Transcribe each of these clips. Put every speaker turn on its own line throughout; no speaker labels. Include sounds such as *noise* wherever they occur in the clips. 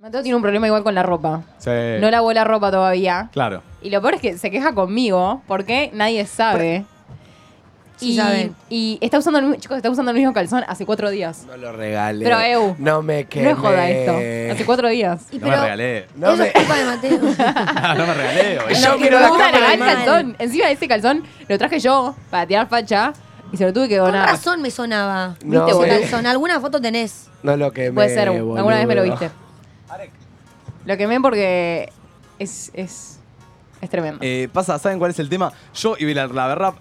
Mateo tiene un problema igual con la ropa.
Sí.
No lavó la ropa todavía.
Claro.
Y lo peor es que se queja conmigo porque nadie sabe.
Sí
y,
saben.
y está usando el, mi- chicos, está usando el mismo calzón hace cuatro días.
No lo regales.
Pero, Eu,
No me
No
quemes.
es joda esto. Hace cuatro días.
Y
No me regalé.
No
eso
me-
es culpa de
*laughs*
Mateo.
No, no me regalé. güey.
Yo
No, que
quiero
me
la
gusta
cámara
regalar el
mal.
calzón. Encima de ese calzón lo traje yo para tirar facha y se lo tuve que
Con
donar.
razón me sonaba.
No,
Ese
me-
calzón. ¿Alguna foto tenés?
No lo quemes.
Puede ser, alguna vez me lo
boludo.
viste. Lo quemé porque es, es, es tremendo.
Eh, pasa, ¿saben cuál es el tema? Yo y la, la verdad,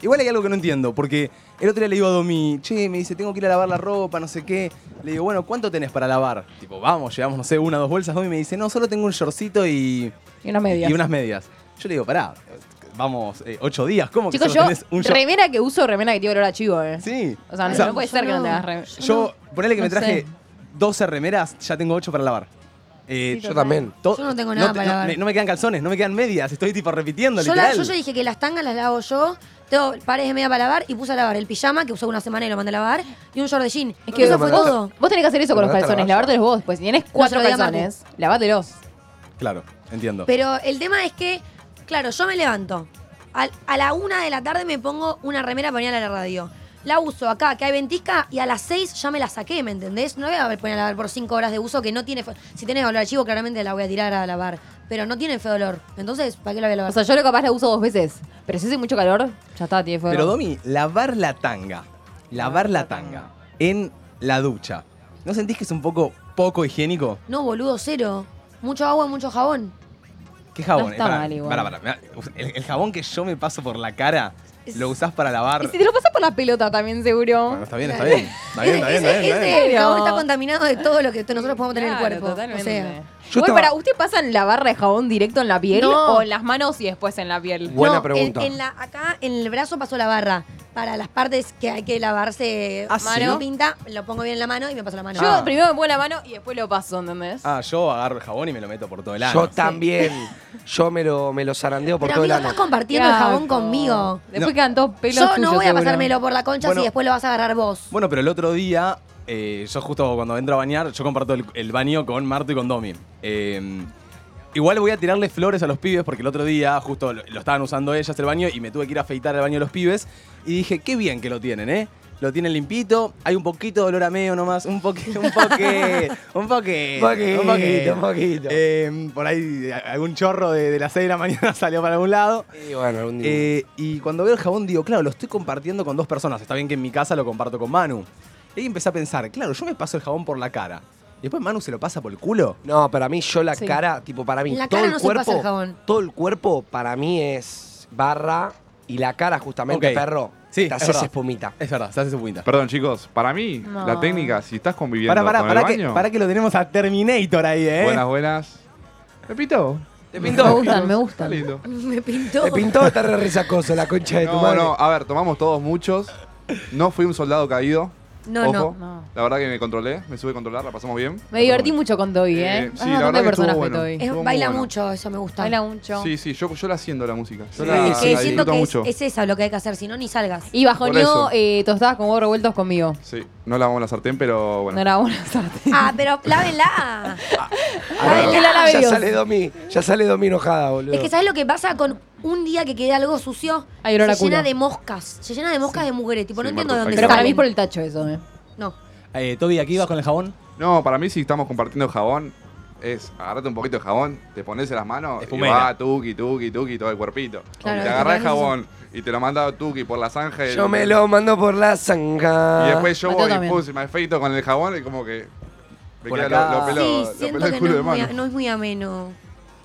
igual hay algo que no entiendo, porque el otro día le digo a Domi, che, me dice, tengo que ir a lavar la ropa, no sé qué. Le digo, bueno, ¿cuánto tenés para lavar? Tipo, vamos, llevamos, no sé, una o dos bolsas. Domi me dice, no, solo tengo un shortcito y,
y unas medias.
y unas medias. Yo le digo, pará, vamos, eh, ocho días, ¿cómo que
Chicos,
solo
yo,
tenés un short-?"
remera que uso, remera que tiene olor a chivo, eh.
Sí.
O sea, no,
O sea,
no puede
yo
ser que no
no.
tengas remera.
Yo, ponele que
no
me traje
sé.
12 remeras, ya tengo 8 para lavar. Eh,
Yo también.
to-
Yo no tengo nada para lavar.
me- No, me quedan calzones, no me quedan medias, estoy tipo repitiendo,
Yo, la-
literal.
yo ya dije que las tangas las lavo yo. Tengo pares de media para lavar y puse a lavar el pijama que usé una semana y lo mandé a lavar y un short de jean.
Es
Es
que
que eso
lo
fue
mandaste-
todo.
Vos tenés que hacer eso con los
Pero no te
calzones,
la vas a-
lavártelos vos. Pues si tenés cuatro
No, se lo voy a
calzones, lavátelos.
Claro, entiendo.
Pero el tema es que, claro, yo me levanto. Al- a la una de la tarde me pongo una remera para ir a la radio. La uso acá, que hay ventisca, y a las seis ya me la saqué, ¿me entendés? No voy a poner a lavar por cinco horas de uso que no tiene... fe- Si tiene olor a chivo, claramente la voy a tirar a lavar. Pero no tiene feo olor. Entonces, ¿para qué la voy a lavar?
O sea, yo lo capaz la uso dos veces. Pero si hace mucho calor, ya está, tiene fuego.
Pero Domi, lavar la tanga, lavar la tanga en la ducha, ¿no sentís que es un poco poco higiénico?
no, boludo, cero. Mucho agua, mucho jabón.
¿Qué jabón? Eh,
No está
Pará,
mal igual.
pará, pará, mirá, El, el jabón que yo me paso por la cara,
Es-
lo usás para
Y
lavar.
si te lo pasas por la pelota también, seguro.
Bueno, está bien, está bien. Está bien, está bien, está
ese
bien. está bien.
*laughs* ese
bien.
jabón está contaminado de todo lo que nosotros podemos tener en el
Claro,
cuerpo.
Totalmente.
O sea,
Yo
Igual,
estaba-
para, ¿usted pasan la barra de jabón directo en la piel
No.
o en las manos y después en la piel?
Buena
No, en-
pregunta.
en la- acá en el brazo pasó la barra. Para las partes que hay que lavarse
Ah,
mano,
¿sí?
pinta, lo pongo bien en la mano y me paso la mano.
Yo
Ah.
primero me pongo la mano y después lo paso, ¿entendés?
Ah, yo agarro el jabón y me lo meto por todo el
Yo
ano.
también. Yo me lo, me lo zarandeo por
Pero
todo
amigo,
el ano.
estás compartiendo el
Qué
jabón
asco.
conmigo.
Después
No.
quedan todos pelos
Yo
tuyos,
no voy a
seguro.
pasármelo por la concha
Bueno.
si después lo vas a agarrar vos.
Bueno, pero el otro día, eh, yo justo cuando entro a bañar, yo comparto el, el baño con Marto y con Domi. Eh, igual voy a tirarle flores a los pibes porque el otro día justo lo, lo estaban usando ellas el baño y me tuve que ir a afeitar el baño de los pibes. Y dije, qué bien que lo tienen, ¿eh? Lo tienen limpito, hay un poquito de olor a meo nomás, un poquito, un
*laughs*
poquito, un poquito,
Poquito, un poquito.
Eh, por ahí a- algún chorro de, de las 6 de la mañana *laughs* salió para algún lado.
Y bueno, algún día.
Eh, y cuando veo el jabón digo, claro, lo estoy compartiendo con dos personas. Está bien que en mi casa lo comparto con Manu. Y ahí empecé a pensar, claro, yo me paso el jabón por la cara. Y después Manu se lo pasa por el culo.
No, para mí yo la
Sí.
cara, tipo para mí,
En la
todo
cara
el
no se
cuerpo,
pasa el jabón.
todo el cuerpo para mí es barra y la cara justamente,
Ok.
perro,
Sí,
te
es
haces
verdad.
espumita.
Es verdad, se hace su pinta.
Perdón, chicos, para mí,
No.
la técnica, si estás conviviendo
Para, para,
con
para
el
que,
baño.
para que lo tenemos a Terminator ahí, ¿eh?
Buenas, buenas. ¿Te pintó?
¿Te
Me
pintó?
gustan, me gustan.
Está lindo.
*laughs* Me pintó.
Te pintó estar re resacoso la concha de tu
No,
madre.
no, a ver, tomamos todos muchos. No fui un soldado caído.
No,
Ojo.
no.
No.
La verdad que me controlé, me supe controlar, la pasamos bien.
Me divertí mucho con Toby, ¿eh?
Eh,
Es
sí,
bastante
la verdad que estuvo
personaje
bueno.
Toby.
Es-
Estuvo muy
baila
bueno.
mucho, eso me gusta.
Baila mucho.
Sí, sí, yo, yo la siento la música. Yo
Sí, sí,
la,
que
Ah, la
siento
disfruto
que es,
mucho.
es esa lo que hay que hacer, si no, ni salgas.
Y
Por
bajoneó
eso.
eh, tostadas con huevos revueltos conmigo.
Sí, no la vamos a la sartén, pero bueno.
No era *laughs* una sartén.
Ah, pero lávenla.
Ah,
que la lave
ya
Dios.
sale Domi, ya sale Domi enojada, boludo.
Es que ¿sabes lo que pasa con un día que queda algo sucio?
Hay olor
se
a culo.
llena de moscas. Se llena de moscas de mugre. Tipo, no
Sí,
entiendo de dónde
Martu, hay que-
Pero para mí
salen.
es por el tacho eso, ¿eh?
No.
Eh, Toby, ¿aquí vas con el jabón?
No, para mí si estamos compartiendo jabón, es agarrate un poquito de jabón, te pones en las manos
Espumera.
y va tuki, tuki, tuki, todo el cuerpito.
Claro,
y
te
te agarrás
pones
jabón y te lo manda tuki por la zanja. y-
Yo me lo mando por la zanja.
Y después yo
Mateo
voy y
también.
puse, me afeito con el jabón y como que... Me
Por
queda
acá.
lo, lo pelo,
sí,
lo
siento
pelo el
que
culo
no
de
es, muy,
mano.
no es muy ameno.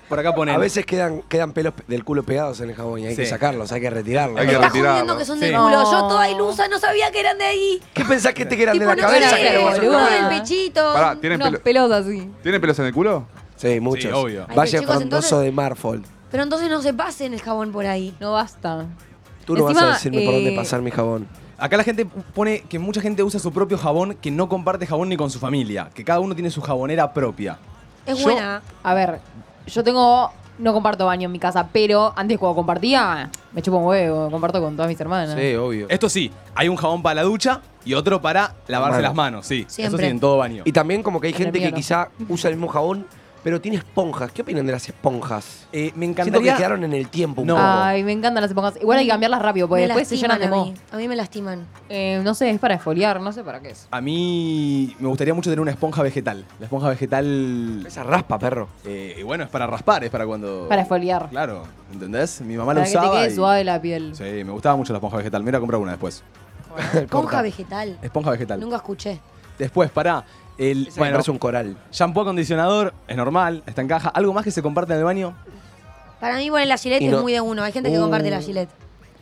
Por acá ponen.
A veces quedan, quedan pelos del culo pegados en el jabón y hay que
Sí.
sacarlos, hay que retirarlos.
Hay
Me
que
está
retirarlo.
jodiendo que son de
Sí.
culo. Yo
No.
toda ilusa no sabía que eran de ahí.
¿Qué pensás que te quedan de la
no
cabeza?
sé,
que lo vas a
boludo.
no,
comer?
del pechito.
Pará, ¿tienen,
Unos
pelo-
pelos así.
¿tienen pelos en el culo?
Sí, muchos.
Sí, obvio.
Ay,
Valle
pero chicos,
frondoso
entonces-
de Marfold.
Pero entonces no se pasen el jabón por ahí.
No basta.
Tú no vas a
Encima,
decirme por dónde
eh,
pasar mi jabón.
Acá la gente pone que mucha gente usa su propio jabón, que no comparte jabón ni con su familia, que cada uno tiene su jabonera propia.
Es
Yo-
buena. ¿eh?
A ver, yo tengo no comparto baño en mi casa, pero antes cuando compartía, me chupo un huevo, comparto con todas mis hermanas.
Sí, obvio.
Esto sí, hay un jabón para la ducha y otro para lavarse
Mano.
las manos, sí. Eso
Siempre.
sí, en todo baño. Eh,
Y también como que hay gente
mía
que
no.
quizá usa el mismo jabón, pero tiene esponjas. ¿Qué opinan de las esponjas?
Eh, me
Siento que
encantaría.
quedaron en el tiempo un
No.
poco.
Ay, me encantan las esponjas. Igual hay que cambiarlas rápido, porque
me
después se
lastiman
llenan de
a
moho.
mí. A mí me lastiman.
Eh, no sé, es para esfoliar, no sé para qué es.
A mí me gustaría mucho tener una esponja vegetal. La esponja vegetal.
Esa raspa, perro.
eh, y bueno, es para raspar, es para cuando.
Para esfoliar.
Claro, ¿entendés? Mi mamá la
Para que te
usaba.
quede
y-
suave la piel.
Sí, me gustaba mucho la esponja vegetal. Me voy a comprar una después.
Esponja vegetal.
Esponja vegetal.
Nunca escuché.
Después, para el.
Esa
Bueno,
es un coral.
shampoo acondicionador, es normal, está en caja. ¿Algo más que se comparte en el baño?
Para mí, bueno, la Gillette
Y no-
es muy de uno. Hay gente que
Uh.
comparte la Gillette.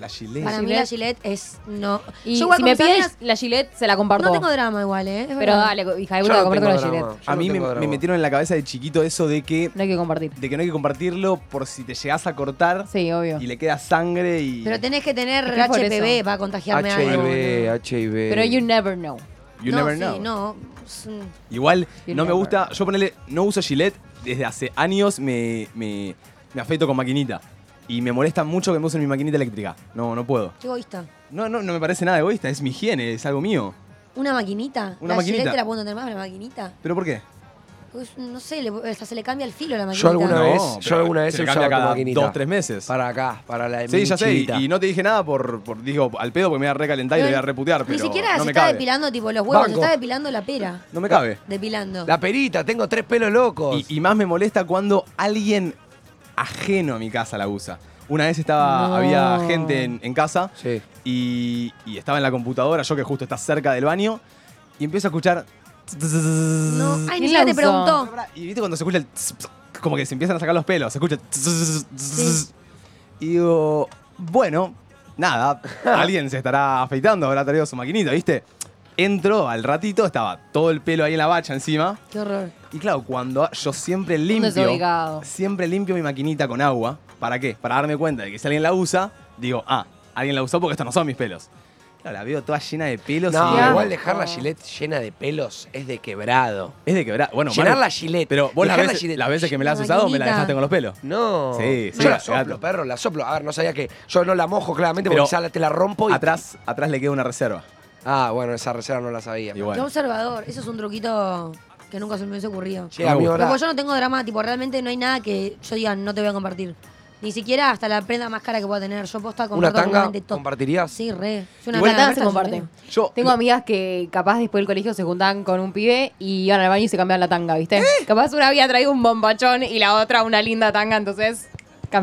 La gilet.
Para mí,
Gillette.
la Gillette es. No.
Y
Yo igual
si
con
me
mis
pides
amigas
la Gillette, se la comparto.
No tengo drama igual, ¿eh? Es
pero
verdad.
dale, hija de
Yo
puta,
no
comparto
tengo
la
drama.
Gillette.
Yo
A
no
mí me,
tengo drama.
me metieron en la cabeza de chiquito eso de que,
No hay que compartir.
de que no hay que compartirlo por si te llegas a cortar
Sí, obvio.
y le queda sangre y.
Pero tenés que tener
Es que por
HPV
eso.
para contagiarme algo. ¿no?
HIV, HIV.
Pero you never know.
You
no,
never
sí,
know.
No, pues, mm, Sí.
Igual,
You
no me
never
gusta. Yo ponele, no uso Gillette desde hace años. Me, me, me afeito con maquinita. Y me molesta mucho que me usen mi maquinita eléctrica. No, no puedo.
Qué egoísta.
No, no, no me parece nada egoísta. Es mi higiene, es algo mío.
¿Una maquinita?
Una
la
maquinita.
Gillette te la puedo entender más, una maquinita.
¿Pero por qué?
Pues, no sé, le- hasta se le cambia el filo a la maquinita.
Yo alguna
No,
vez,
pero
yo alguna vez
se
he
le cambia
usado tu
cada
maquinita.
dos, tres meses.
Para acá, para la de
Sí,
mi
ya sé. Y,
chivita.
y no te dije nada por, por- digo, al pedo porque me voy a recalentar y
Pero
le voy a reputear.
Ni
pero
siquiera
no
se
me
está
cabe.
depilando tipo los huevos, se
Banco.
está depilando la pera.
No me cabe.
Depilando.
La perita, tengo tres pelos locos.
Y, y más me molesta cuando alguien ajeno a mi casa la usa. Una vez estaba,
No.
había gente en, en casa
Sí.
y, y estaba en la computadora, yo que justo está cerca del baño, y empiezo a escuchar...
No, ay, ni
¿Quién la
siquiera te
usó?
preguntó.
Y viste cuando se escucha el... Como que se empiezan a sacar los pelos, se escucha... el Y digo, bueno, nada, alguien se estará afeitando, habrá traído su maquinita, ¿viste? Entro al ratito, estaba todo el pelo ahí en la bacha encima.
Qué horror.
Y claro, cuando yo siempre limpio,
desubicado.
siempre limpio mi maquinita con agua, ¿para qué? Para darme cuenta de que si alguien la usa, digo, ah, alguien la usó porque estos no son mis pelos. Claro, la veo toda llena de pelos.
No,
y digo,
igual dejar la gilet llena de pelos es de quebrado.
es de quebrar. Bueno,
Llenar
Manu,
la gilet.
Pero vos las
dejar la
veces,
gilet.
las veces que me la has
La
usado, me la
maquinita.
dejaste con los pelos.
No.
Sí, sí,
Yo la
gato.
soplo, perro, la soplo. A ver, no sabía que. Yo no la mojo claramente
Pero
porque quizá la- te la rompo y.
Atrás, atrás le queda una reserva.
Ah, bueno, esa reserva no la sabía.
Y
Qué
bueno,
observador. Eso es un truquito que nunca se me hubiese ocurrido.
Che,
No me
amigo,
gusta.
ahora-
Porque yo no tengo drama, tipo, realmente no hay nada que yo diga, no te voy a compartir. Ni siquiera hasta la prenda más cara que pueda tener. Yo posta
¿Una
comparto
tanga
absolutamente todo.
compartirías?
Sí, re. Yo una
Igual nada se
abierta, yo
comparte.
re.
yo
Tengo amigas que capaz después del colegio se juntaban con un pibe y iban al baño y se cambiaban la tanga, ¿viste?
¿Eh?
Capaz una había traído un bombachón y la otra una linda tanga, entonces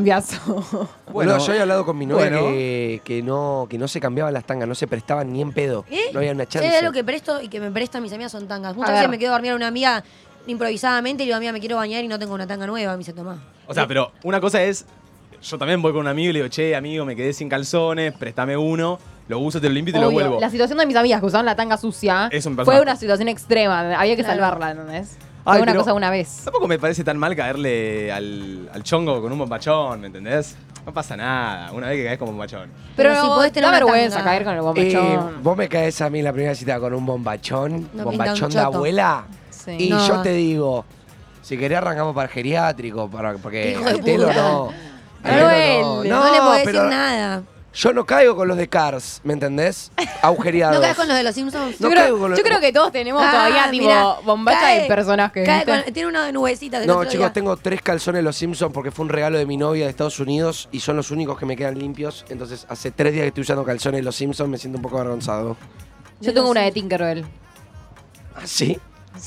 cambiazo.
Bueno, yo he hablado con mi novia
Bueno.
que, que no, que no se cambiaban las tangas, no se prestaban ni en pedo.
¿Eh?
No había una
Che,
chance.
lo que presto y que me prestan mis amigas son tangas. Muchas
A
veces
ver.
me quedo a dormir a una amiga improvisadamente y le digo, amiga, me quiero bañar y no tengo una tanga nueva. Y me dice, tomá.
O sea, pero una cosa es, yo también voy con un amigo y le digo, che, amigo, me quedé sin calzones, préstame uno, lo uso, te lo limpio *laughs* y te lo
Obvio,
vuelvo.
La situación de mis amigas que usaban la tanga sucia
Es un
fue
personaje.
una situación extrema. Había que
Claro.
salvarla, ¿entendés? Fue
Ay,
una
pero-
cosa una vez.
Tampoco me parece tan mal caerle al, al chongo con un bombachón, ¿me entendés? No pasa nada, una vez que caes con bombachón.
Pero,
Pero si podés tener
da
una
vergüenza
tanga.
caer con el
Eh,
bombachón.
vos me caes a mí en la primera cita con un bombachón,
No, pinta un
bombachón de
choto.
abuela.
Sí.
Y
No.
yo te digo, si querés arrancamos para el geriátrico, para, porque
Hijo de
al telo
puta.
no. al
Manuel,
telo
No, le podés
pero
decir nada.
Yo no caigo con los de Cars, ¿me entendés?
*laughs*
Agujereados.
¿No caes con los de los Simpsons?
yo,
no caigo
creo,
con lo-
yo creo que todos tenemos
Ah,
todavía tipo
mirá,
bombacha
cae-
de personajes.
cae
¿viste?
con- tiene una nubecita. del
No,
otro
chicos,
día.
tengo tres calzones de los Simpsons porque fue un regalo de mi novia de Estados Unidos y son los únicos que me quedan limpios. Entonces, hace tres días que estoy usando calzones de los Simpsons, me siento un poco avergonzado.
Yo tengo una de Tinkerbell.
¿Ah, sí?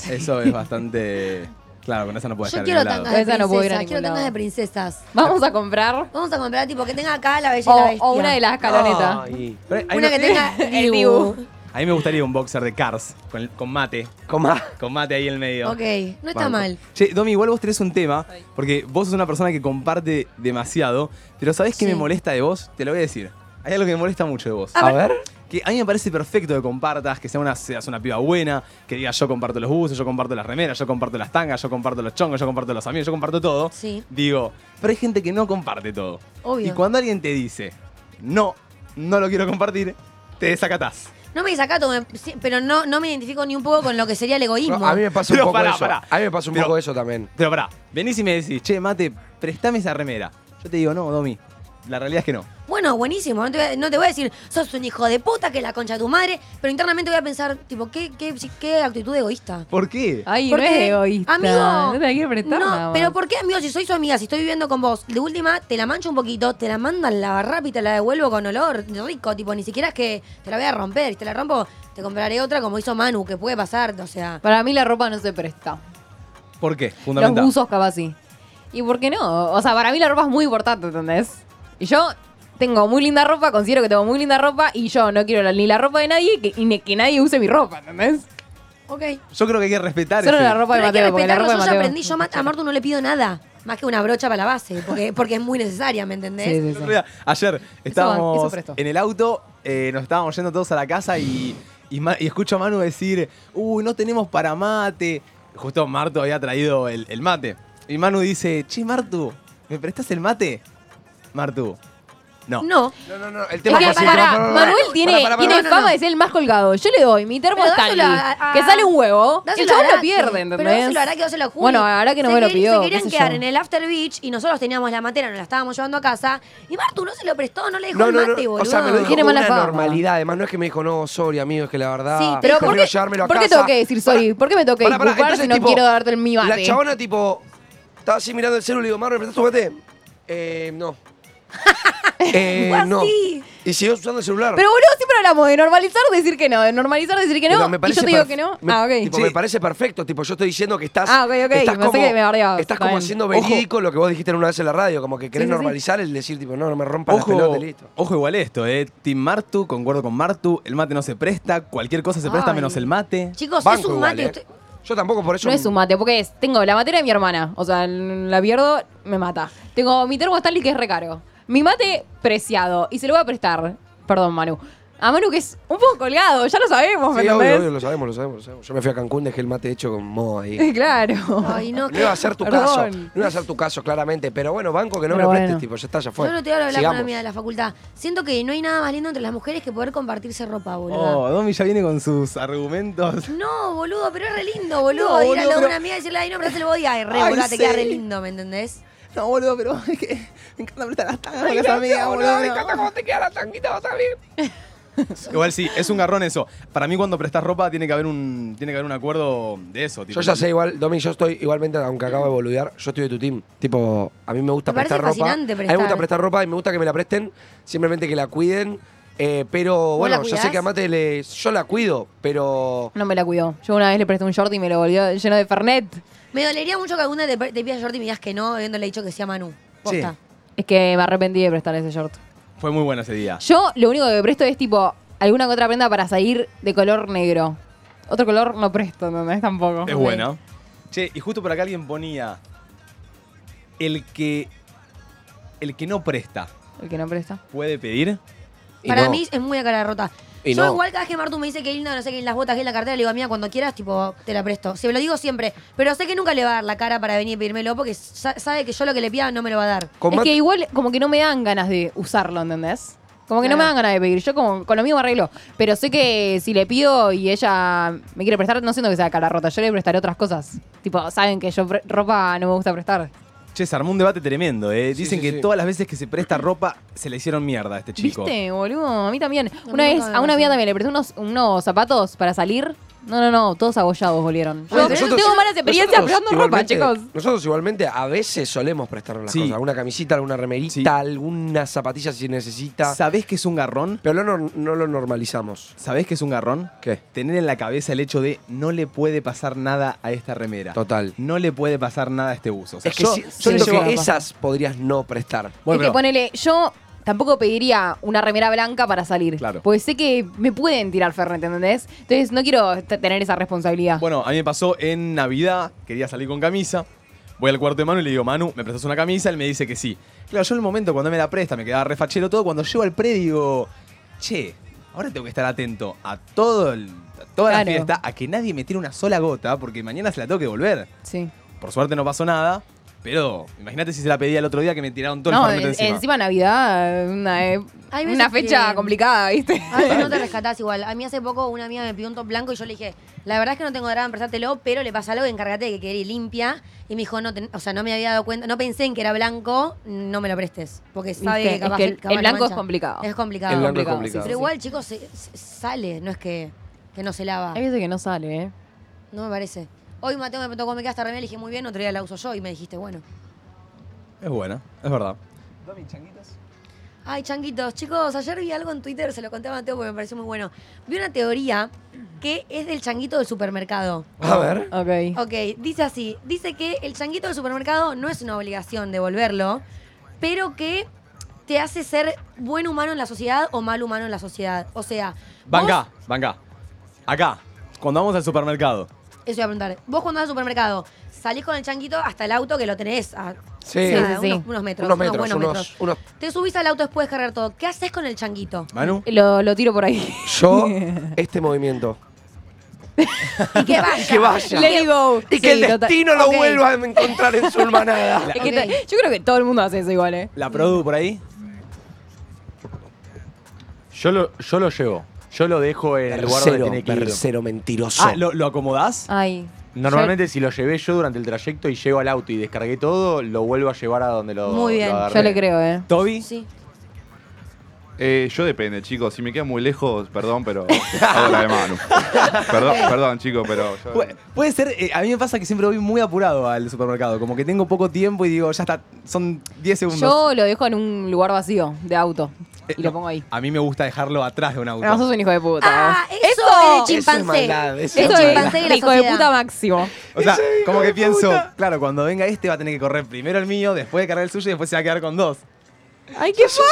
Eso es bastante... Claro, con esa no puedes
Yo
caer
quiero
de ningún lado.
tangas de
Esa
princesas.
no puedo ir a ningún
quiero tangas
lado.
de princesas.
Vamos a comprar.
Vamos a comprar tipo que tenga acá la bella y la
O,
bestia.
o una de las escalonetas.
Ay.
Pero hay- hay
Una
una-
*laughs*
que tenga
El
Dibu.
A mí me gustaría un boxer de Cars, con, el- con mate,
Coma.
con mate ahí en el medio.
Ok, no está
Banco.
mal.
Che, Domi, igual vos tenés un tema, porque vos sos una persona que comparte demasiado, pero ¿sabés qué
Sí.
me molesta de vos? Te lo voy a decir. Hay algo que me molesta mucho de vos.
A ver.
Que a mí me parece perfecto que compartas, que sea una, seas una piba buena, que digas yo comparto los buzos, yo comparto las remeras, yo comparto las tangas, yo comparto los chongos, yo comparto los amigos, yo comparto todo.
Sí.
Digo, pero hay gente que no comparte todo.
Obvio.
Y cuando alguien te dice, no, no lo quiero compartir, te desacatás.
No me desacato, me- sí, pero no, no me identifico ni un poco con lo que sería el egoísmo.
No, a mí me pasa un
Pero
poco
pará,
eso.
pará.
A mí me pasa un
Pero-
poco eso también.
Pero pará, venís y me decís, che, mate, préstame esa remera. Yo te digo, no, Domi, la realidad es que no.
Bueno, buenísimo. No te, voy a, no te voy a decir, sos un hijo de puta, que la concha de tu madre, pero internamente voy a pensar, tipo, qué, qué, qué actitud egoísta.
¿Por qué?
Ay,
Porque,
no es egoísta.
Amigo,
no te la quiero apretar
no,
nada más.
pero ¿por qué, amigo? Si soy su amiga, si estoy viviendo con vos, de última te la mancho un poquito, te la mandan lavar rápido y te la devuelvo con olor rico, tipo, ni siquiera es que te la voy a romper, si te la rompo, te compraré otra como hizo Manu, que puede pasar, o sea.
Para mí la ropa no se presta.
¿Por qué?
Los
Fundamental.
buzos capaz sí. ¿Y por qué no? O sea, para mí la ropa es muy importante, ¿entendés? Y yo tengo muy linda ropa, considero que tengo muy linda ropa y yo no quiero la- ni la ropa de nadie que- y ni que nadie use mi ropa, ¿entendés?
Ok.
Yo creo que hay que respetar
Solo
ese-
la ropa de
Pero hay que
Mateo, porque la ropa
respetarlo,
de
yo ya
Mateo.
aprendí, yo ma- a Martu no le pido nada, más que una brocha para la base, porque, porque es muy necesaria, ¿me entendés?
Sí, sí,
El
sí.
otro día, ayer estábamos
eso presto.
en el auto, eh, nos estábamos yendo todos a la casa y, y Ma- y escucho a Manu decir, uy, no tenemos para mate. Justo Martu había traído el, el mate. Y Manu dice, che, Martu, ¿me prestas el mate? Martu, no.
No.
No, no, no. El
Es
tema
que,
es así,
pará,
pará, pará, pará.
Manuel tiene,
Pará, pará,
tiene
pará.
no,
fama
no.
de ser el más colgado. Yo le doy mi termo
Pero
Stanley,
dáselo a- a-
que sale un huevo,
Dáselo
el chavo
a Ara-
lo pierde,
Pero dáselo
¿entendés?
a Ara, que no se lo jure.
Bueno, ahora que no
Se
me lo
quer-
pidió,
Se querían
qué sé
quedar
yo.
en el After Beach y nosotros teníamos la matera, nos la estábamos llevando a casa. Y Martu no se lo prestó, no le dejó
No,
el
no,
mate,
no.
boludo.
O sea, me lo dijo
Tiene
con
mala
una
fama.
normalidad. Además, no es que me dijo, no, sorry, amigo, es que la verdad.
Sí,
Pero ¿por
prefiero
qué,
llevármelo a
¿por qué
casa.
tengo que decir sorry? ¿Por qué me tengo que
Pará, pará,
disculpar si
entonces,
no
tipo,
quiero darte el mi mate?
La chabona, tipo, estaba así mirando el celu y le digo, Mar, ¿me prestás tu mate? Eh,
*laughs*
no. eh,
Fue
no.
así.
Y siguió usando el celular.
Pero boludo, siempre hablamos de normalizar decir que no, de normalizar decir que no,
Pero me
y
parece
yo te digo
perf-
que no.
me-
ah, ok.
tipo,
Sí.
me parece perfecto. Tipo, yo estoy diciendo que estás.
Ah, ok, ok,
Estás
pensé
como,
que me bardeabas.
Estás
Está
como
bien.
haciendo
Ojo.
verídico lo que vos dijiste una vez en la radio. Como que querés
Sí, sí, sí.
normalizar el decir, tipo, no, no me rompas las
Ojo,
pelotas, listo.
ojo igual esto, eh. Team Martu, concuerdo con Martu, el mate no se presta, cualquier cosa se presta
Ay.
menos el mate.
Chicos, es
Banco
un
igual,
mate.
eh.
usted-
Yo tampoco por eso.
No es un mate, porque es, tengo la materia de mi hermana. O sea, n- la pierdo, me mata. Tengo mi termo Stanley que es recaro. Mi mate preciado. Y se lo voy a prestar. Perdón, Manu. A Manu que es un poco colgado, ya lo sabemos, ¿me
Sí, obvio,
entendés?
obvio, lo sabemos, lo sabemos, lo sabemos. Yo me fui a Cancún, dejé el mate hecho con moho ahí.
*laughs* Claro.
Ay, *laughs* no,
No iba a ser tu
Perdón.
caso. No iba a ser tu caso, claramente. Pero bueno, banco que no
Pero
me lo prestes,
bueno.
tipo, ya está, ya fue.
Yo no te voy a hablar con
Sigamos.
una amiga de la facultad. Siento que no hay nada más lindo entre las mujeres que poder compartirse ropa, boludo.
Oh, Domi ya viene con sus argumentos.
No, boludo, pero es re lindo, boludo.
No,
Ir
boludo,
a lo de
pero-
una amiga y decirle, ay, no, pero se lo voy a ir, re,
Ay,
boludo, te
sí.
queda re lindo, ¿me entendés?
No, boludo, pero *laughs* es que me encanta prestar las tangas con las amigas, boludo. Me encanta cómo te queda la tanguita, vas a *laughs* Igual sí, es un garrón eso. Para mí cuando prestas ropa tiene que haber un tiene que haber un acuerdo de eso, tipo.
Yo ya sé, igual, Domi, yo estoy igualmente, aunque acabo de boludear, yo estoy de tu team. Tipo, a mí me gusta
Me parece
prestar ropa. A mí
fascinante
me
prestar.
gusta prestar ropa y me gusta que me la presten, simplemente que la cuiden. eh, pero
la
bueno, yo sé
cuidás?
que a Mate le, yo la cuido, pero.
No me la cuidó. Yo una vez le presté un short y me lo volvió lleno de Fernet.
Me dolería mucho que alguna te, te pida Jordi y me digas que no, habiéndole dicho que sea Manu. Posta.
Sí.
Es que me arrepentí de prestar ese short.
Fue muy bueno ese día.
Yo lo único que presto es tipo alguna que otra prenda para salir de color negro. Otro color no presto, no es tampoco.
Es
Ok.
bueno. Che, y justo por acá alguien ponía el que el que no presta
El que no presta.
puede pedir.
y
Para
no.
mí es muy a cara rota.
Y
Yo
no.
igual cada vez que Martu me dice que linda, no sé qué, las botas, que la cartera, le digo, mía, cuando quieras, tipo, te la presto. Se lo digo siempre. Pero sé que nunca le va a dar la cara para venir y pedírmelo porque sa- sabe que yo lo que le pida no me lo va a dar.
Con
es
Mate-
que igual como que no me dan ganas de usarlo, ¿entendés? Como que no me
Claro.
dan ganas de pedir. Yo como, con lo mío me arreglo. Pero sé que si le pido y ella me quiere prestar, no siento que sea cara rota. Yo le prestaré otras cosas. Tipo, saben que yo pre- ropa no me gusta prestar.
Che, se armó un debate tremendo, eh.
Sí,
Dicen
sí,
que
sí.
todas las veces que se presta ropa se le hicieron mierda a este chico.
¿Viste, boludo? A mí también.
No,
una
nunca
vez,
me
a una
pasó.
amiga también le presté unos, unos zapatos para salir. No, no, no, todos abollados volvieron. Yo,
Bueno,
yo
nosotros-
tengo malas experiencias
nosotros
prestando ropa,
igualmente-
chicos.
Nosotros igualmente a veces solemos prestarnos las
Sí.
cosas. Alguna camisita, alguna remerita,
Sí.
alguna zapatilla si necesita.
¿Sabés que es un garrón?
pero no, no- no lo normalizamos.
¿Sabés que es un garrón?
¿Qué?
Tener en la cabeza el hecho de no le puede pasar nada a esta remera.
Total.
No le puede pasar nada a este uso. O sea,
Es que
yo,
si-
yo le
llevo
siento
llego-
la
que
pasta.
esas podrías no prestar.
es
Bueno,
que
pero-
ponele, yo tampoco pediría una remera blanca para salir.
Claro.
Porque sé que me pueden tirar fernet, ¿entendés? Entonces no quiero t- tener esa responsabilidad.
Bueno, a mí me pasó en Navidad, quería salir con camisa. Voy al cuarto de Manu y le digo, Manu, ¿me prestas una camisa? Él me dice que sí. Claro, yo en el momento cuando me la presta, me quedaba refachero todo. Cuando llego al predio, digo, che, ahora tengo que estar atento a todo el- a toda
Claro.
la fiesta, a que nadie me tire una sola gota, porque mañana se la tengo que devolver.
sí.
Por suerte no pasó nada, pero imagínate si se la pedía el otro día que me tiraron todo
No,
el fernet
en-
encima.
encima. Navidad, una, eh,
Hay veces
una fecha
que-
complicada, ¿viste?
Ay, no te rescatás igual. A mí hace poco una amiga me pidió un top blanco y yo le dije, La verdad es que no tengo drama en prestártelo, pero le pasa algo, encárgate de que quede limpia. Y me dijo, no, ten- o sea, no me había dado cuenta, no pensé en que era blanco, no me lo prestes. Porque sabe
Viste,
que capaz
es que el-
capaz
el
la
blanco es
mancha.
complicado.
Es complicado.
El blanco es
complicado,
complicado.
Pero igual, chicos, se- se- sale, no es que, que no se lava.
Hay veces que no sale, ¿eh?
No me parece. Hoy Mateo me preguntó cómo me queda esta remera, le dije muy bien, otro día la uso yo y me dijiste, bueno.
Es buena, es verdad.
Ay, changuitos, chicos, ayer vi algo en Twitter, se lo conté a Mateo porque me pareció muy bueno. Vi una teoría que es del changuito del supermercado.
A ver.
Ok.
Ok, dice así, dice que el changuito del supermercado no es una obligación devolverlo, pero que te hace ser buen humano en la sociedad o mal humano en la sociedad. O sea,
Banca,
vos-
banca. Acá, cuando vamos al supermercado.
eso iba a preguntar. Vos cuando vas al supermercado, salís con el changuito hasta el auto que lo tenés a,
Sí.
Sí,
a
sí, sí.
Unos, unos metros.
Unos metros,
buenos
unos-
metros.
unos-
Te subís al auto después de cargar todo. ¿Qué haces con el
*laughs*
changuito?
Manu.
Lo, lo tiro por ahí. *laughs*
Yo, este movimiento.
Y que vaya.
Que vaya.
Let it go.
Y que el
Sí, total.
destino lo
Ok.
vuelva a encontrar en su hermanada.
Es que
Ok.
to- Yo creo que todo el mundo hace eso igual, ¿eh?
La Produ por ahí. Yo lo, yo lo llevo. Yo lo dejo
eh,
en el lugar donde
Tercero,
tiene que ir.
tercero mentiroso.
Ah, ¿lo, lo acomodás?
Ay.
Normalmente si lo llevé yo durante el trayecto y llego al auto y descargué todo, lo vuelvo a llevar a donde lo,
Muy bien,
lo
Yo,
agarré.
yo le creo, ¿eh?
Toby.
Sí.
Eh, yo depende, chicos. Si me queda muy lejos, perdón, pero hago la de Manu. Perdón, perdón, chicos, pero yo-
Pu- Puede ser, eh, a mí me pasa que siempre voy muy apurado al supermercado, como que tengo poco tiempo y digo, ya está, son 10 segundos.
Yo lo dejo en un lugar vacío de auto
Eh,
y lo
no,
pongo ahí.
A mí me gusta dejarlo atrás de un auto.
No, sos un hijo de puta. ¿eh?
Ah,
vos.
eso, es de
Eso es
chimpancé.
maldad, eso
es
es
Eso
de
es
chimpancé de la
hijo de
sociedad.
puta máximo.
O sea, como que pienso, claro, cuando venga este va a tener que correr primero el mío, después de cargar el suyo y después se va a quedar con dos.
Ay, qué farra.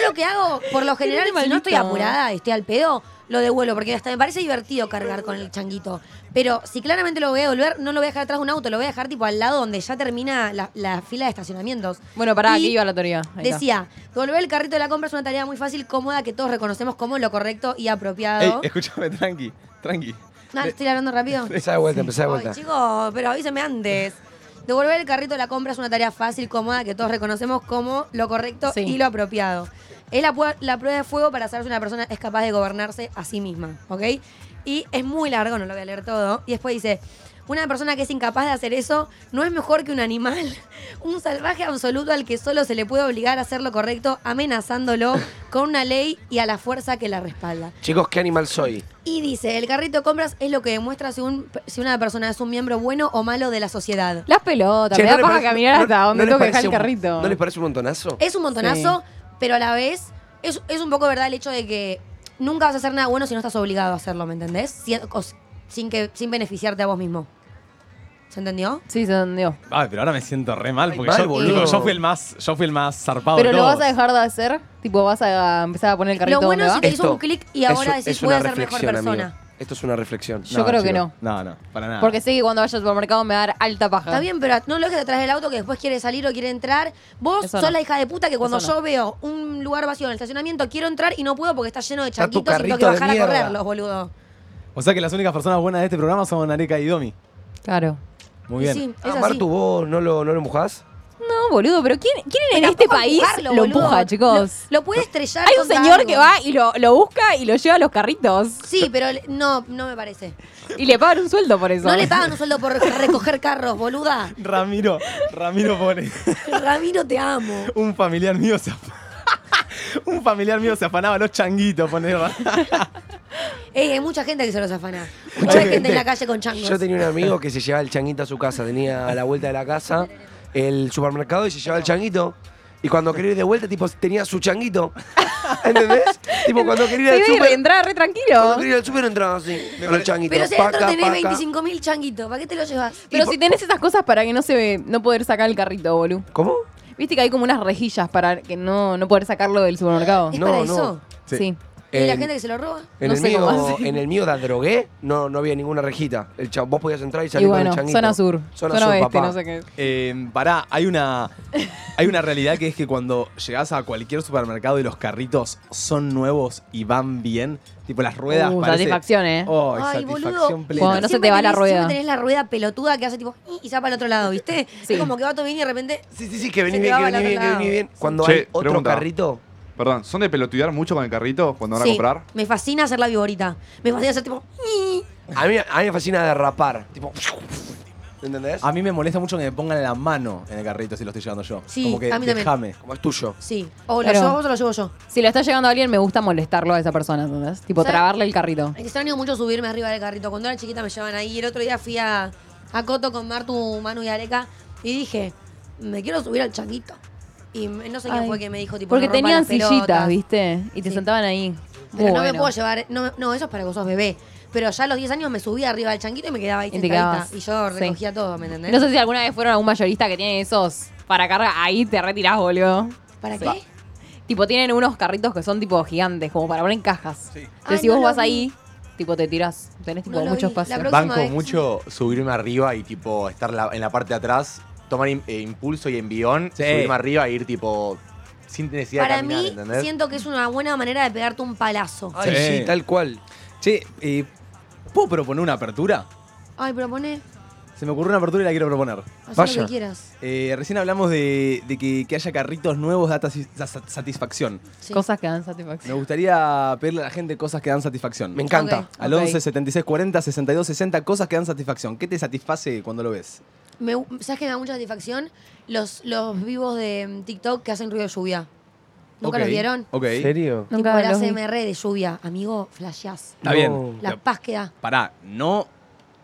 Yo lo que hago, por lo general,
Qué
si no estoy
maldito.
apurada y estoy al pedo, lo devuelvo, porque hasta me parece divertido cargar con el changuito. Pero si claramente lo voy a devolver, no lo voy a dejar atrás de un auto, lo voy a dejar tipo al lado donde ya termina la, la fila de estacionamientos.
Bueno, pará,
Y
aquí iba la teoría. Ahí está.
Decía, devolver el carrito de la compra es una tarea muy fácil, cómoda, que todos reconocemos como lo correcto y
Ey,
apropiado.
escúchame, tranqui, tranqui.
No, estoy hablando
*laughs*
rápido.
Empezá de vuelta, empezá de
Ay,
vuelta.
chicos, pero avísame antes. Devolver el carrito de la compra es una tarea fácil, cómoda, que todos reconocemos como lo correcto
Sí.
y lo apropiado. Es la, pue- la prueba de fuego para saber si una persona es capaz de gobernarse a sí misma, ¿ok? Y es muy largo, no lo voy a leer todo. Y después dice, una persona que es incapaz de hacer eso no es mejor que un animal, *laughs* un salvaje absoluto al que solo se le puede obligar a hacer lo correcto, amenazándolo con una ley y a la fuerza que la respalda.
Chicos, ¿qué animal soy?
Y dice, el carrito de compras es lo que demuestra si, un- si una persona es un miembro bueno o malo de la sociedad.
Las pelotas,
Che,
me da
¿no les
paja
parece-
caminar
no-
hasta
no
donde
les
tengo que dejar el
parece un-
carrito.
¿No les parece un montonazo?
Es un montonazo, pero a la vez es, es un poco verdad el hecho de que nunca vas a hacer nada bueno si no estás obligado a hacerlo, ¿me entendés? Si- o s- sin, que, sin beneficiarte a vos mismo. ¿Se entendió?
Sí, se entendió.
Ay, Ah, pero ahora me siento re mal porque
mal,
yo,
boludo.
digo, yo fui el más, yo fui el más
Ah,
zarpado
Pero
de
lo
todos.
vas a dejar de hacer, tipo vas a empezar a poner el carrito
Lo bueno
donde
es
va.
que te hizo un clic y ahora decís, voy a
una
ser mejor
reflexión, amigo.
persona.
Esto es una reflexión.
Yo creo que
chicos, No, no, para
Ah.
nada.
Porque sé que cuando vaya al supermercado me va a dar alta paja.
Está bien, pero no lo dejes atrás del auto que después quiere salir o quiere entrar. Vos
Eso
sos
no.
la hija de puta que cuando
Eso no.
yo veo un lugar vacío en el estacionamiento quiero entrar y no puedo porque está lleno de
Está tu
changuitos y tengo que
carrito de
bajar a
mierda.
correrlos, boludo.
O sea que las únicas personas buenas de este programa son Areca y Domi.
Claro.
Muy
Y
bien.
Sí, es
Ah,
así.
Martu, ¿vos no lo, no lo mojás?
No, boludo, pero ¿quién, quién en
Pero
este
tampoco
país
empujarlo,
lo
boludo.
empuja, chicos?
Lo, lo puede estrellar.
Hay un
contra
señor
algo.
que va y lo, lo busca y lo lleva a los carritos.
Sí, pero le- no, no me parece.
Y le pagan un sueldo por eso.
No le pagan un sueldo por recoger carros, boluda.
Ramiro, Ramiro pone. *laughs*
Ramiro, te amo.
Un familiar mío se af- *laughs* Un familiar mío se afanaba los changuitos, pone.
*laughs*
Ey, Eh, hay mucha gente que se los afana.
Mucha
Mucha gente
gente.
en la calle con changos.
*laughs*
Yo tenía un amigo que se llevaba el changuito a su casa. Tenía a la vuelta de la casa el supermercado y se llevaba el changuito. Y cuando quería ir de vuelta, tipo, tenía su
*laughs*
changuito. ¿Entendés? tipo, cuando quería
*laughs* Se
ir al
iba a ir,
super...
entraba re
Cuando
tranquilo.
quería ir al super entraba así, con el changuito.
Pero si adentro
Paca,
tenés
paca.
25.000 changuitos, ¿para qué te los llevas?
Pero si tenés esas cosas para que no se ve, no poder sacar el carrito, boludo.
¿Cómo?
Viste que hay como unas rejillas para que no, no poder sacarlo del supermercado.
¿Es
No,
para
no.
eso?
Sí.
¿Y
Eh,
la
En-
gente que se lo roba?
En,
No
el
sé cómo
mío,
hacen.
en el mío, la drogué, no, no había ninguna rejita. El chavo, vos podías entrar y
Y
salir
bueno,
con el changuito.
zona sur.
Zona,
Zona,
sur,
oeste,
papá.
no sé qué. es.
Eh, pará, hay una, hay una realidad que es que cuando llegas a cualquier supermercado y los carritos son nuevos y van bien, tipo las ruedas.
Uh,
parece-
satisfacción, ¿eh?
Oh,
Ay,
satisfacción
boludo.
plena.
Cuando no se
Siempre
te va la
tenés-
rueda.
Siempre tenés la rueda pelotuda que hace tipo "Ih", y se va para el otro lado, ¿viste?
Sí.
Es como que va todo bien y de repente.
Sí, sí, sí, que venís
Se te
bien,
va
que
para
venís
el
bien,
otro
que
lado.
venís bien. Cuando
Che,
hay otro
pregunta.
carrito,
Perdón, ¿son de pelotudear mucho con el carrito cuando van
Sí.
a comprar?
Me fascina hacer la viborita. Me fascina hacer tipo. "Ih".
A mí, a mí me fascina derrapar. Tipo. ¿Entendés?
A mí me molesta mucho que me pongan la mano en el carrito si lo estoy llevando yo.
Sí,
Como que
a mí también.
déjame.
Como es tuyo.
Sí. O lo
Claro.
llevo vos o lo llevo yo.
Si lo está llegando alguien, me gusta molestarlo a esa persona, ¿entendés? Tipo,
¿Sabes?
trabarle el carrito.
Extraño mucho subirme arriba del carrito. Cuando era chiquita me llevaban ahí. El otro día fui a, a Coto con Martu, Manu y Areca y dije, me quiero subir al changuito. Y me- no sé quién
Ay.
fue que me dijo, tipo,
Porque
no rompa
tenían
las pelotas.
sillitas, ¿viste? Y te
Sí.
sentaban ahí.
Pero
Muy
no me
bueno.
puedo llevar. No, me- no, eso es para que sos bebé. Pero ya a los 10 años me subía arriba del changuito y me quedaba ahí
Y te
sentadita.
quedabas.
Y yo
Sí.
recogía todo, ¿me entendés?
No sé si alguna vez fueron a un mayorista que tiene esos para carga. Ahí te retirás, boludo.
¿Para
Sí.
qué?
Tipo, tienen unos carritos que son tipo gigantes, como para poner en cajas. Entonces,
Ay,
si
Ah, no
vos
lo
vas
vi.
ahí, tipo, te tirás. Tenés tipo
No lo
mucho
vi. La
espacio.
próxima
Banco
vez-
mucho subirme arriba y tipo estar la- en la parte de atrás, tomar im- eh, impulso y envión,
Sí.
subirme arriba e ir tipo sin necesidad
Para
de caminar,
mí,
¿entendés?
siento que es una buena manera de pegarte un palazo.
Ay,
Sí.
sí, tal cual.
Che, eh, ¿puedo proponer una apertura?
Ay, pero pone.
Se me ocurrió una apertura y la quiero proponer.
Haz lo
Vaya.
que quieras.
Eh, recién hablamos de, de que, que haya carritos nuevos da tasi- sa- sa- satisfacción.
Sí.
Cosas que dan
Me
satisfacción.
gustaría pedirle a la gente cosas que dan satisfacción.
Me encanta.
Ok.
Al
Ok.
11 76 40 62 60, cosas que dan satisfacción. ¿Qué te satisface cuando lo ves?
Me, ¿Sabes que me da mucha satisfacción? Los, los vivos de mm, TikTok que hacen ruido de lluvia. ¿Nunca
Ok,
los vieron?
Ok.
¿En serio?
Tipo
Nunca
el
los vi.
ASMR de lluvia. Amigo, flasheás.
Está
No.
bien.
La paz que da.
Pará, no,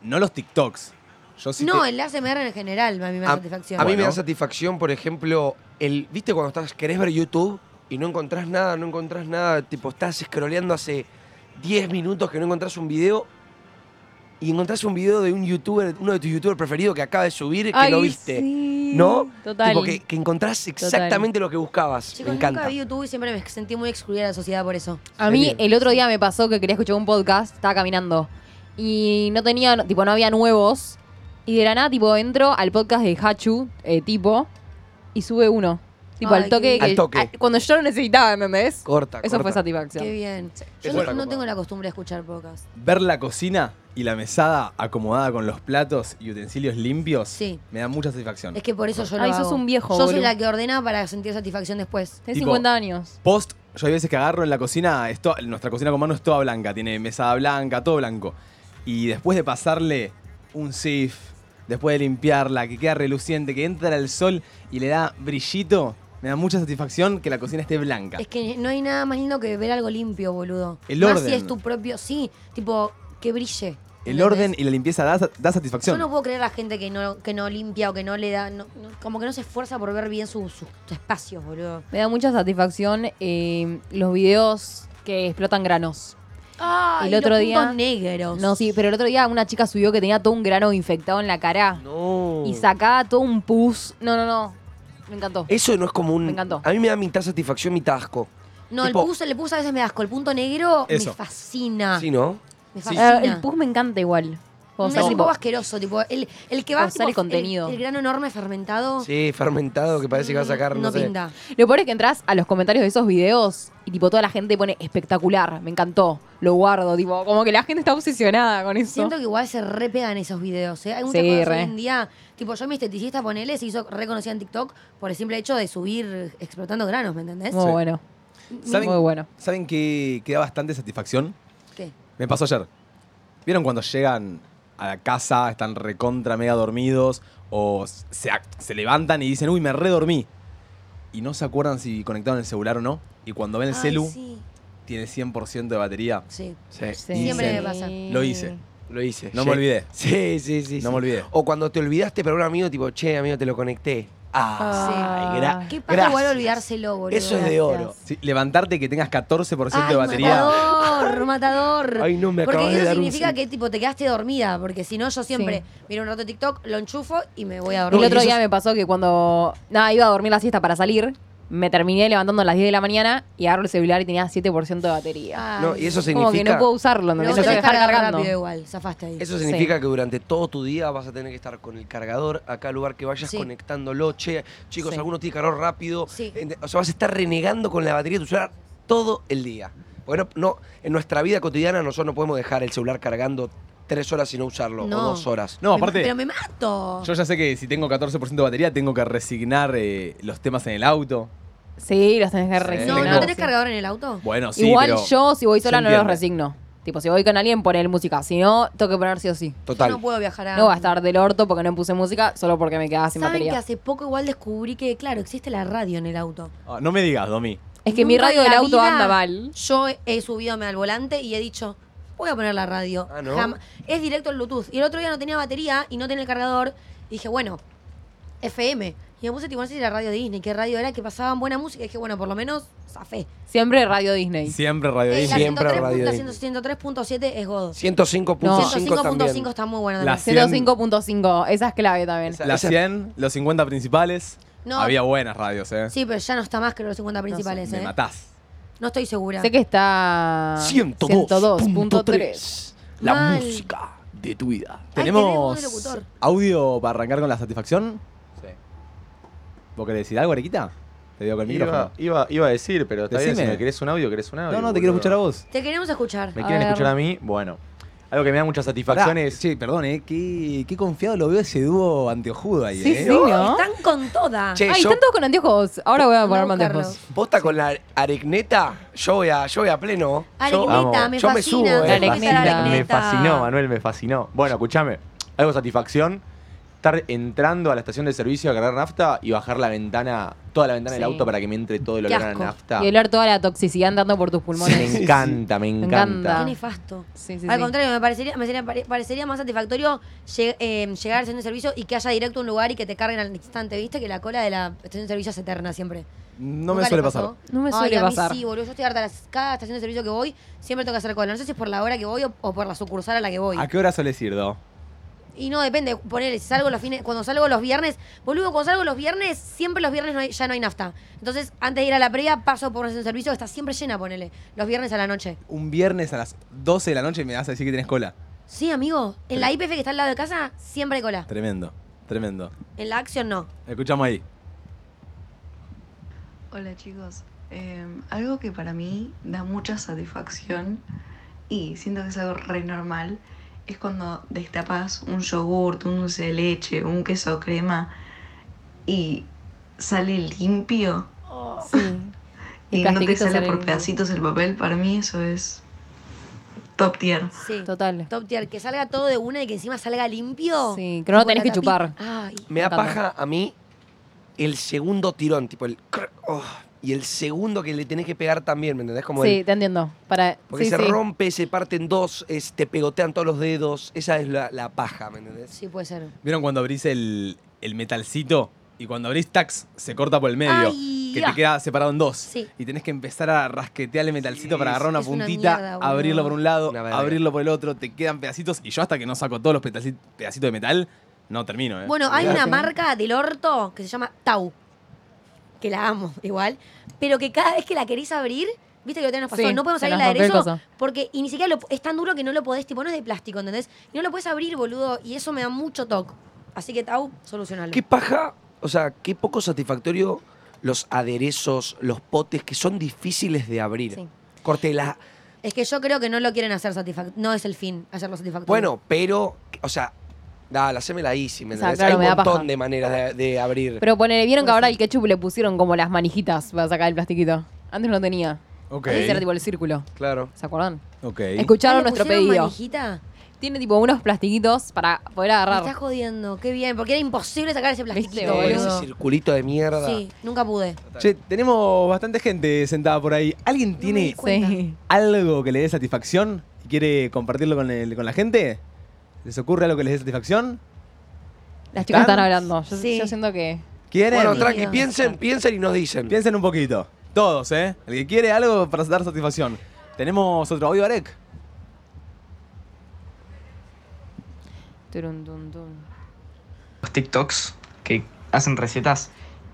no los TikToks. Yo sí
no,
te-
el ASMR en general a mí me da
A,
satisfacción.
a mí me da
Bueno.
satisfacción, por ejemplo, el. ¿Viste cuando estás, querés ver YouTube y no encontrás nada, no encontrás nada? Tipo, estás scrolleando hace 10 minutos que no encontrás un video y encontrás un video de un youtuber, uno de tus youtubers preferidos que acaba de subir que
Ay,
lo viste.
sí.
¿No?
Total.
Tipo, que, que encontrás exactamente lo que buscabas.
Chicos,
me
nunca
encanta.
vi YouTube y siempre me sentí muy excluida de la sociedad por eso.
A mí
serio?
el otro día me pasó que quería escuchar un podcast, estaba caminando y no tenía, no- tipo, no había nuevos. Y de la nada, tipo, entro al podcast de Hachu, eh, tipo, y sube uno. Tipo,
Ay,
al toque.
qué
que-
Al toque.
a- cuando yo lo necesitaba, ¿entendés?
Corta,
Eso fue
corta.
Qué
satisfacción.
bien. Yo
Eso
no,
está
no
copado.
tengo la costumbre de escuchar podcast.
ver la cocina y la mesada acomodada con los platos y utensilios limpios
Sí.
me da mucha satisfacción.
Es que por eso yo lo
Ay,
hago.
sos un viejo,
Yo soy
boludo.
la que ordena para sentir satisfacción después.
Tenés
Tipo-
50 años.
Post, yo hay veces que agarro en la cocina, esto, nuestra cocina con mano es toda blanca, tiene mesada blanca, todo blanco. Y después de pasarle un sif, después de limpiarla, que queda reluciente, que entra el sol y le da brillito, me da mucha satisfacción que la cocina esté blanca.
Es que no hay nada más lindo que ver algo limpio, boludo.
El
Más
orden.
si es tu propio, sí, tipo, que brille.
El
¿entendés?
orden y la limpieza da, da
Yo
satisfacción.
no puedo creer a la gente que no, que no limpia o que no le da. no- no- como que no se esfuerza por ver bien su- sus espacios, boludo.
Me da mucha satisfacción eh, los videos que explotan granos.
Ay,
El otro
los
día-
puntos negros.
No, sí, pero el otro día una chica subió que tenía todo un grano infectado en la cara.
No.
Y sacaba todo un pus. No, no, no. Me encantó.
Eso no es como un.
Me encantó.
A mí me da mitad satisfacción, mitad asco.
No,
Tipo-
el pus, el pus a veces me da asco. El punto negro
Eso.
me
Ah.
fascina.
¿Sí, no?
Me
Sí.
Eh,
fascina.
el pus me encanta igual. Cuando
es
sale
un
tipo-
poco asqueroso, tipo, el, el que va
Cuando sale
tipo,
contenido.
El, el grano enorme
Oh.
fermentado.
Sí, fermentado, que parece que va a sacar.
Mm,
No,
No,
sé.
pinta.
Lo peor es que entras a los comentarios de esos videos y tipo toda la gente pone espectacular, me encantó, lo guardo, tipo, como que la gente está obsesionada con eso.
Siento que igual se re pegan esos videos, ¿eh? Hay muchas
Sí,
cosas
re.
hoy en día. Tipo, yo mi esteticista, ponele, se hizo reconocida en TikTok por el simple hecho de subir explotando granos, ¿me entendés?
Muy bueno.
¿Saben,
Muy bueno.
¿Saben qué, que da bastante satisfacción?
¿Qué?
Me pasó ayer. ¿Vieron cuando llegan a la casa, están recontra mega dormidos o se, ac- se levantan y dicen, uy, me redormí? Y no se acuerdan si conectaron el celular o no. Y cuando ven el
Ay,
celu,
Sí,
tiene 100% de batería.
sí.
Sí.
Sí.
Siempre me
Dicen,
pasa.
Lo hice.
Lo hice.
No me
Sí.
olvidé.
Sí, sí, sí.
No
sí.
me olvidé.
O cuando te olvidaste, pero un amigo tipo, che, amigo, te lo conecté. Ah,
Ah.
sí. gra-
Qué pasa
gracias.
igual olvidárselo, boludo.
Eso es de oro.
Sí, levantarte y que tengas 14%
Ay,
de batería.
matador, matador.
Ay, no, me acabas
Porque
de
eso
dar un
significa
sí.
que tipo te quedaste dormida, porque si no yo siempre
Sí.
miro un rato TikTok, lo enchufo y me voy a dormir.
El otro
eso
día
es-
me pasó que cuando nada, iba a dormir la siesta para salir, me terminé levantando a las 10 de la mañana y agarro el celular y tenía 7% de batería.
Ay,
No, y eso significa.
Como que no puedo usarlo,
pero
¿entendés?
vos
Lo
te
tengo que dejar
descargas
cargando.
rápido igual, zafaste ahí.
Eso significa que durante todo tu día vas a tener que estar con el cargador a cada lugar que vayas
Sí.
conectándolo. Che, chicos,
Sí.
alguno tiene cargador rápido.
Sí.
Ent- O sea, vas a estar renegando con la batería de tu celular todo el día. Porque no, no- en nuestra vida cotidiana nosotros no podemos dejar el celular cargando tres horas y no usarlo,
No.
o dos horas.
No,
Me-
aparte,
Pero me mato.
yo ya sé que si tengo 14% de batería, tengo que resignar eh, los temas en el auto.
Sí, los tenés que
Sí.
no,
resignar.
¿no
tengo-
tenés cargador en el auto?
Bueno, sí,
Igual
pero
yo, si voy sola,
se
no los
entiende.
resigno. Tipo, si voy con alguien, poner música. Si no, tengo que poner sí o sí.
Total.
Yo no puedo viajar a.
No va a estar del orto porque no puse música solo porque me quedaba sin
Saben que
batería.
hace poco igual descubrí que, claro, existe la radio en el auto.
Ah, no me digas, Domi.
Es que mi
Nunca
radio
en
del
la
auto
vida
anda mal.
Yo he subido al volante y he dicho, voy a poner la radio.
Ah, ¿no?
Jam- Es directo el Bluetooth. Y el otro día no tenía batería y no tenía el cargador. Y dije, bueno, FM. Y me puse tipo, no sé si era radio Disney, qué radio era, que pasaban buena música. Y dije, bueno, por lo menos, zafé.
Siempre Radio Disney.
Siempre Radio
Eh,
Disney.
la
Siempre
103
radio
la
Disney.
103.7 es God.
105.5
No.
105.5
también.
está muy buena.
La
también.
105.5, esa es clave también.
Esa-
Las 100, los 50 principales.
No.
Había buenas radios, ¿eh?
Sí, pero ya no está más que los 50 principales,
Me
¿eh?
matás.
No estoy segura.
Sé que está 102.3.
102.3. La
Mal.
música de tu vida.
Ay,
¿Tenemos
qué demo de locutor.
audio para arrancar con la satisfacción?
Sí.
¿Vos querés decir algo, Arequita? Te digo con el
Iba,
micrófono.
iba, iba a decir, pero está bien,
Decime.
si me querés un audio, querés un audio.
No, no, te quiero escuchar a
vos.
vos.
Te queremos escuchar.
¿Me
A
quieren
ver.
escuchar a mí? Bueno. Algo que me da mucha satisfacción
Pará,
es...
Che, perdón, ¿eh? Qué, qué confiado lo veo ese dúo anteojudo ahí,
Sí,
¿eh?
sí, ¿no?
Están con toda.
Che,
Ay,
yo
están todos con anteojos. Ahora voy a
Anda a
poner
buscarlo.
anteojos.
posta con la aregneta, yo voy a, yo voy a pleno. Yo-
Aregneta,
Vamos,
me
yo me
fascina.
subo, eh.
me
La
fascina la
aregneta.
Me
aregneta.
fascinó, Manuel, me fascinó. Bueno, escúchame. Algo de satisfacción. Estar entrando a la estación de servicio a cargar nafta y bajar la ventana, toda la ventana del
Sí.
auto para que me entre todo el
Qué
olor a
asco.
nafta.
Y oler toda la toxicidad andando por tus
Me
pulmones.
encanta, me
Me
encanta.
Qué
encanta.
nefasto.
Sí, sí,
Al
sí.
contrario, me parecería, me sería- pare- parecería más satisfactorio lleg- eh, llegar a la estación de servicio y que haya directo un lugar y que te carguen al instante, ¿viste? Que la cola de la estación de servicio es eterna siempre.
No
¿Nunca
me
les
suele
pasó?
pasar.
No me
Ay,
suele
a mí
pasar.
sí, boludo. Yo estoy harta de las- cada estación de servicio que voy, siempre tengo que hacer cola. No sé si es por la hora que voy o, o por la sucursal a la que voy.
¿A qué hora sueles ir, Do?
Y no depende, ponele, si salgo los fines, cuando salgo los viernes, boludo, cuando salgo los viernes, siempre los viernes no hay- ya no hay nafta. Entonces, antes de ir a la previa, paso por una estación de servicio que está siempre llena, ponele, los viernes a la noche.
Un viernes a las 12 de la noche me vas a decir que tenés cola.
Sí, amigo, en la IPF que está al lado de casa, siempre hay cola.
Tremendo, tremendo.
En la Action no.
Escuchamos ahí.
Hola chicos, Eh, algo que para mí da mucha satisfacción y siento que es algo re normal es cuando destapas un yogurt, un dulce de leche, un queso crema y sale limpio
El
y no te
plastiquito
sale
sale
por
limpio.
pedacitos el papel, para mí eso es top tier.
Sí.
Total.
Top tier, que salga todo de una y que encima salga limpio.
Sí, que no lo
Tipo
tenés
la
que chupar.
tapi- Ay.
Me da
encanta.
paja a mí el segundo tirón, tipo el... cr- oh, y el segundo que le tenés que pegar también, ¿me entendés? Como
Sí,
el,
te entiendo. Para,
porque
sí,
se
sí.
rompe, se parte en dos, es- te pegotean todos los dedos. Esa es la, la paja, ¿me entendés?
Sí, puede ser.
¿Vieron cuando abrís el, el metalcito? Y cuando abrís tax, se corta por el medio.
Ay,
que
ah.
te queda separado en dos.
Sí.
Y tenés que empezar a rasquetear el metalcito
Sí,
para agarrar una
es una
puntita,
mierda, boludo.
abrirlo por un lado,
Una verga.
abrirlo por el otro, te quedan pedacitos. Y yo hasta que no saco todos los petaci- pedacitos de metal, no termino, ¿eh?
Bueno, hay
Mirá.
una marca del orto que se llama Tau. Que la amo igual. Pero que cada vez que la querés abrir, viste que lo tenés pasó.
Sí,
no podemos
se
abrir el
nos rompió el
aderezo
coso.
porque y ni siquiera lo- es tan duro que no lo podés, tipo, no es de plástico, ¿entendés? Y no lo podés abrir, boludo. Y eso me da mucho toque. Así que Tau, solucionalo.
Qué paja, o sea, qué poco satisfactorio los aderezos, los potes que son difíciles de abrir.
Sí.
Corte la...
Es que yo creo que no lo quieren hacer satisfactorio. No es el fin hacerlo satisfactorio.
Bueno, pero, o sea, dale, hacémela easy, ¿me
O sea,
entendés?
claro,
Hay
me da
un montón
paja.
de maneras de, de abrir.
Pero ponele, vieron que ahora al ketchup le pusieron como las manijitas para sacar el plastiquito. Antes no tenía.
Ok.
Antes era tipo el círculo.
claro.
¿Se acuerdan?
Ok.
¿Ah,
Escucharon
le
nuestro
pusieron
pedido.
manijita?
Tiene tipo unos plastiquitos para poder
Me estás
agarrar.
jodiendo. Qué bien, porque era imposible sacar ese plastiquito,
boludo?
Ese
boludo.
circulito de mierda.
Sí, nunca pude.
Che, tenemos bastante gente sentada por ahí. ¿Alguien tiene
digas.
Sí.
algo que le dé satisfacción y quiere compartirlo con, el- con la gente? ¿Les ocurre algo que les dé satisfacción?
Las chicas
¿Están?
están hablando. Yo,
Sí.
yo siento que.
¿Quieren?
Bueno,
Bien.
tranqui,
Bien.
piensen, piensen y nos dicen.
Piensen un poquito. Todos, ¿eh? El que quiere algo para dar satisfacción. Tenemos otro audio, Arek.
Turun, tun, tun.
los TikToks que hacen recetas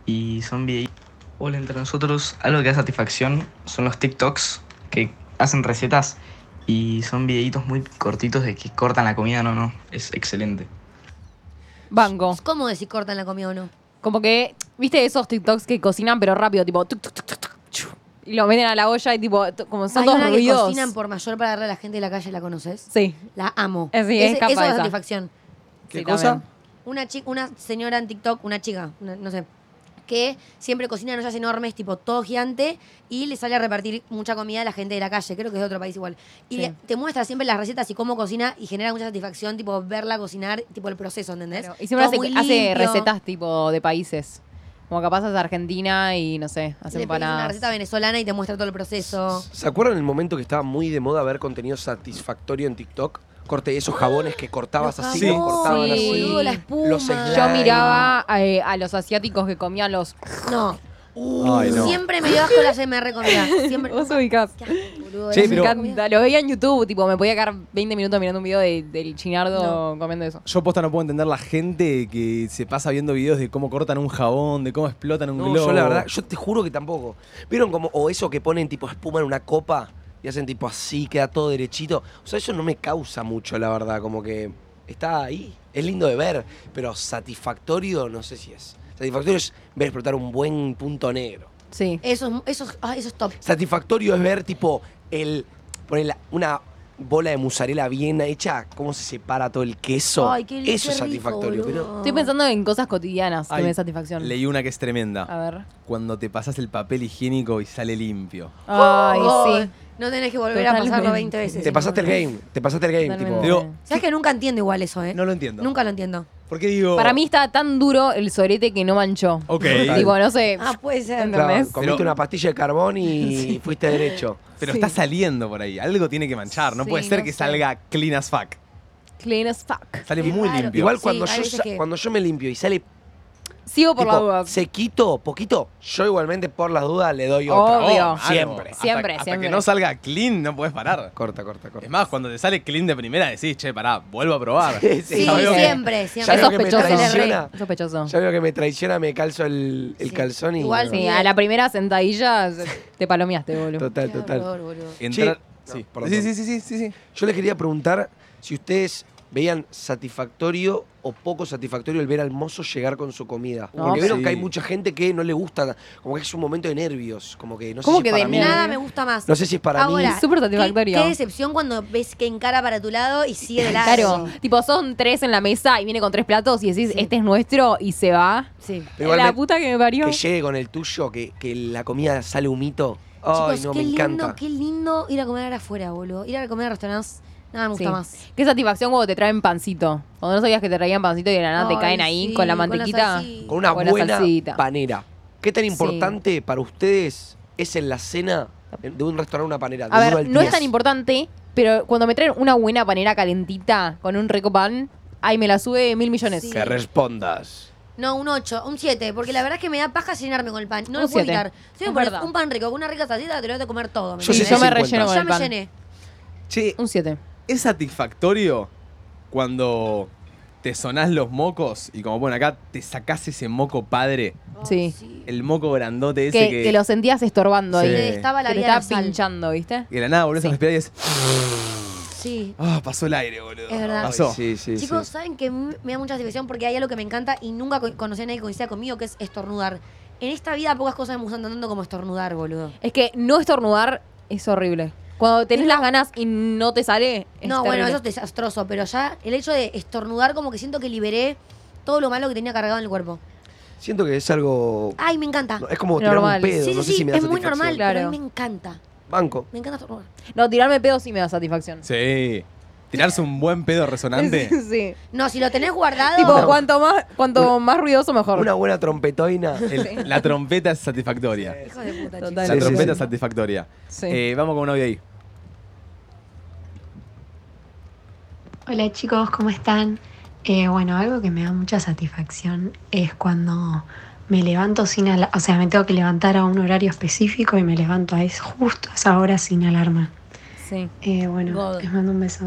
y son videos. Hola, entre nosotros, algo que da satisfacción son los TikToks que hacen recetas y son videitos muy cortitos de que cortan la comida, no, no, es excelente.
Banco.
¿Cómo decís cortan la comida o no?
Como que, ¿viste esos TikToks que cocinan pero rápido? Tipo. tuc, tuc, tuc, tuc, tuc, chu, y lo meten a la olla y tipo. tu- Como son
Hay
todos
una que
ruidos.
cocinan por mayor para darle a la gente de la calle, ¿la conoces?
Sí.
La amo.
Eh, sí, es
Ese-
capa
eso es
esa.
satisfacción.
¿Qué
Sí,
cosa?
también.
Una, chi- una señora en TikTok, una chica, una- no sé, que siempre cocina en ollas enormes, tipo todo gigante, y le sale a repartir mucha comida a la gente de la calle, creo que es de otro país igual. Y
Sí.
le- te muestra siempre las recetas y cómo cocina y genera mucha satisfacción, tipo verla cocinar, tipo el proceso, ¿entendés?
Claro, Y siempre
Todo muy
hace, hace
limpio.
recetas tipo de países. Como capaz hace Argentina y no sé, hace
Le pedís una
empanadas.
receta venezolana y te muestra todo el *laughs* proceso.
¿Se acuerdan el momento que estaba muy de moda ver contenido satisfactorio en TikTok? Corte esos jabones que cortabas así,
Sí.
los cortaban
Sí.
así.
Boludo, la espuma.
Los
Yo
slides.
miraba eh, a los asiáticos que comían los.
No.
Ay, no.
Siempre me dio asco las MR comida. *laughs*
*laughs*
Siempre.
Vos ubicás.
*laughs* Qué asco, boludo,
Sí,
las
Me
pero-
encanta. Lo veía en YouTube, tipo, me podía quedar 20 minutos mirando un video de- del chinardo comiendo eso.
Yo posta no puedo entender la gente que se pasa viendo videos de cómo cortan un jabón, de cómo explotan un
No,
globo.
yo la verdad, yo te juro que tampoco. ¿Vieron como, o eso que ponen tipo espuma en una copa y hacen tipo así, queda todo derechito? O sea, eso no me causa mucho, la verdad, como que está ahí. Es lindo de ver, pero satisfactorio no sé si es. Satisfactorio es ver explotar un buen punto negro.
Sí.
Eso, es- eso, es- ah, eso es top.
Satisfactorio es ver tipo el, poner la- una bola de mozzarella bien hecha, cómo se separa todo el queso.
Ay, qué
eso es
qué rico,
satisfactorio, pero...
boludo.
Estoy pensando en cosas cotidianas que
Ay,
me dan satisfacción.
Leí una que es
A
tremenda.
ver.
Cuando te pasas el papel higiénico y sale limpio.
Ay,
Oh,
sí.
No tenés que volver a
Totalmente.
pasarlo 20 veces. ¿eh?
Te pasaste el game, te pasaste el game, tipo...
Totalmente.
Digo,
Sabes que nunca entiendo igual eso, ¿eh?
No lo entiendo.
Nunca lo entiendo.
¿Por qué digo?
Para mí estaba tan duro el sorete que no manchó.
Ok.
Tipo, no sé.
Ah, puede ser.
Entra-
Claro,
¿Entendés?
comiste
Pero-
una pastilla de carbón y fuiste derecho.
Pero
Sí.
está saliendo por ahí. Algo tiene que manchar. No
Sí,
puede ser
no
que
sé.
salga clean as fuck.
Clean as fuck.
Sale muy
Claro.
limpio.
Igual
Sí,
cuando,
hay
yo,
veces
sa-
que-
cuando yo me limpio y sale
Sigo por
tipo,
la duda.
sequito, poquito, yo igualmente por las dudas le doy otra.
Oh,
Obvio.
algo.
Siempre.
Hasta-
Siempre,
hasta
siempre.
que no salga clean, no puedes parar.
Corta, corta, corta.
Es más, cuando te sale clean de primera decís, che, pará, vuelvo a probar.
Sí,
Ya veo que-
siempre, siempre.
Es
Ya veo que me
sospechoso.
traiciona.
Es sospechoso.
Ya veo que me traiciona, me calzo el, el
Sí.
calzón y...
Igual
Oh. Sí, a la primera sentadilla se- te palomeaste, boludo.
Total,
Qué
total.
horror, boludo.
Entrar-
Che,
sí.
no, perdón.
sí, sí, sí, sí, sí, sí.
Yo les quería preguntar si ustedes veían satisfactorio o poco satisfactorio el ver al mozo llegar con su comida.
No.
Porque vieron
Sí.
que hay mucha gente que no le gusta, como que es un momento de nervios, como que no sé
¿Cómo
si
que
para
de
mí-
Nada me gusta más.
No sé si es para mí.
Ahora,
Súper
qué-
satisfactorio.
Qué, decepción cuando ves que encara para tu lado y sigue de lado.
Claro, tipo son tres en la mesa y viene con tres platos y decís, este es nuestro y se va.
Sí.
Pero igualmente-
la puta que me parió.
Que llegue con el tuyo, que, que la comida sale humito. Ay,
Chicos,
no,
qué
me
lindo,
encanta.
qué lindo ir a comer afuera, boludo. Ir a comer a restaurantes, nada me gusta
Sí.
más.
Qué satisfacción cuando te traen pancito. Cuando no sabías que te traían pancito y de la nada te
Ay,
caen ahí
sí,
con la
con la
mantequita.
salsita.
Con una
Con la
buena
salsita.
panera. ¿Qué tan
Sí.
importante para ustedes es en la cena de un restaurante una panera?
a ver, no es tan importante, pero cuando me traen una buena panera calentita con un rico pan, ay, me la sube mil millones.
Sí.
Que respondas.
No, un 8, un 7, porque la verdad es que me da paja llenarme con el pan. No
Un
lo puedo
siete.
evitar. Si me
Es
pones
verdad.
un pan rico, con una rica salsita, te lo voy a comer todo. ¿me
Yo
Sí,
entendés?
sé
yo
si
me
50.
relleno con
Ya
el
me
pan.
llené.
Che,
Un 7.
es satisfactorio cuando te sonás los mocos y como ponen acá, te sacás ese moco padre,
Oh,
Sí.
el moco grandote ese
Que,
que,
que lo sentías estorbando
Sí.
ahí.
Te estaba la
que te
vida
estaba
nasal.
pinchando, ¿viste?
que de la nada volvés
Sí.
a respirar y es,
Sí.
ah, pasó el aire, boludo.
Es
Ah,
verdad.
Pasó.
Sí, sí, sí.
Chicos, saben que m- me da mucha satisfacción porque hay algo que me encanta y nunca co- conocí a nadie que coincida conmigo, que es estornudar. En esta vida pocas cosas me gustan tanto como estornudar, boludo.
Es que no estornudar es horrible. Cuando tenés las ganas y no te sale, es
no, bueno,
terrible.
eso es desastroso, pero ya el hecho de estornudar como que siento que liberé todo lo malo que tenía cargado en el cuerpo.
Siento que es algo.
Ay, me encanta.
no, Es como tirar
Normal.
un pedo.
sí, sí,
no sé
sí,
si me da
es muy
satisfacción.
normal, pero a mí
Claro.
me encanta.
Banco.
Me encanta estornudar.
No, tirarme pedo sí me da satisfacción.
Sí. Tirarse un buen pedo resonante.
*laughs* sí.
No, si lo tenés guardado.
Tipo, cuanto más, cuanto más ruidoso, mejor.
Una buena trompetoina.
El- la trompeta es satisfactoria.
Hijo de puta,
Total.
chicos.
La
Sí, sí,
trompeta
sí.
es satisfactoria.
Sí.
Eh, vamos con un audio ahí.
Hola chicos, ¿cómo están? Eh, bueno, algo que me da mucha satisfacción es cuando me levanto sin alarma, o sea, me tengo que levantar a un horario específico y me levanto a es justo a esa hora sin alarma.
sí.
Eh, bueno,
God.
les mando un beso.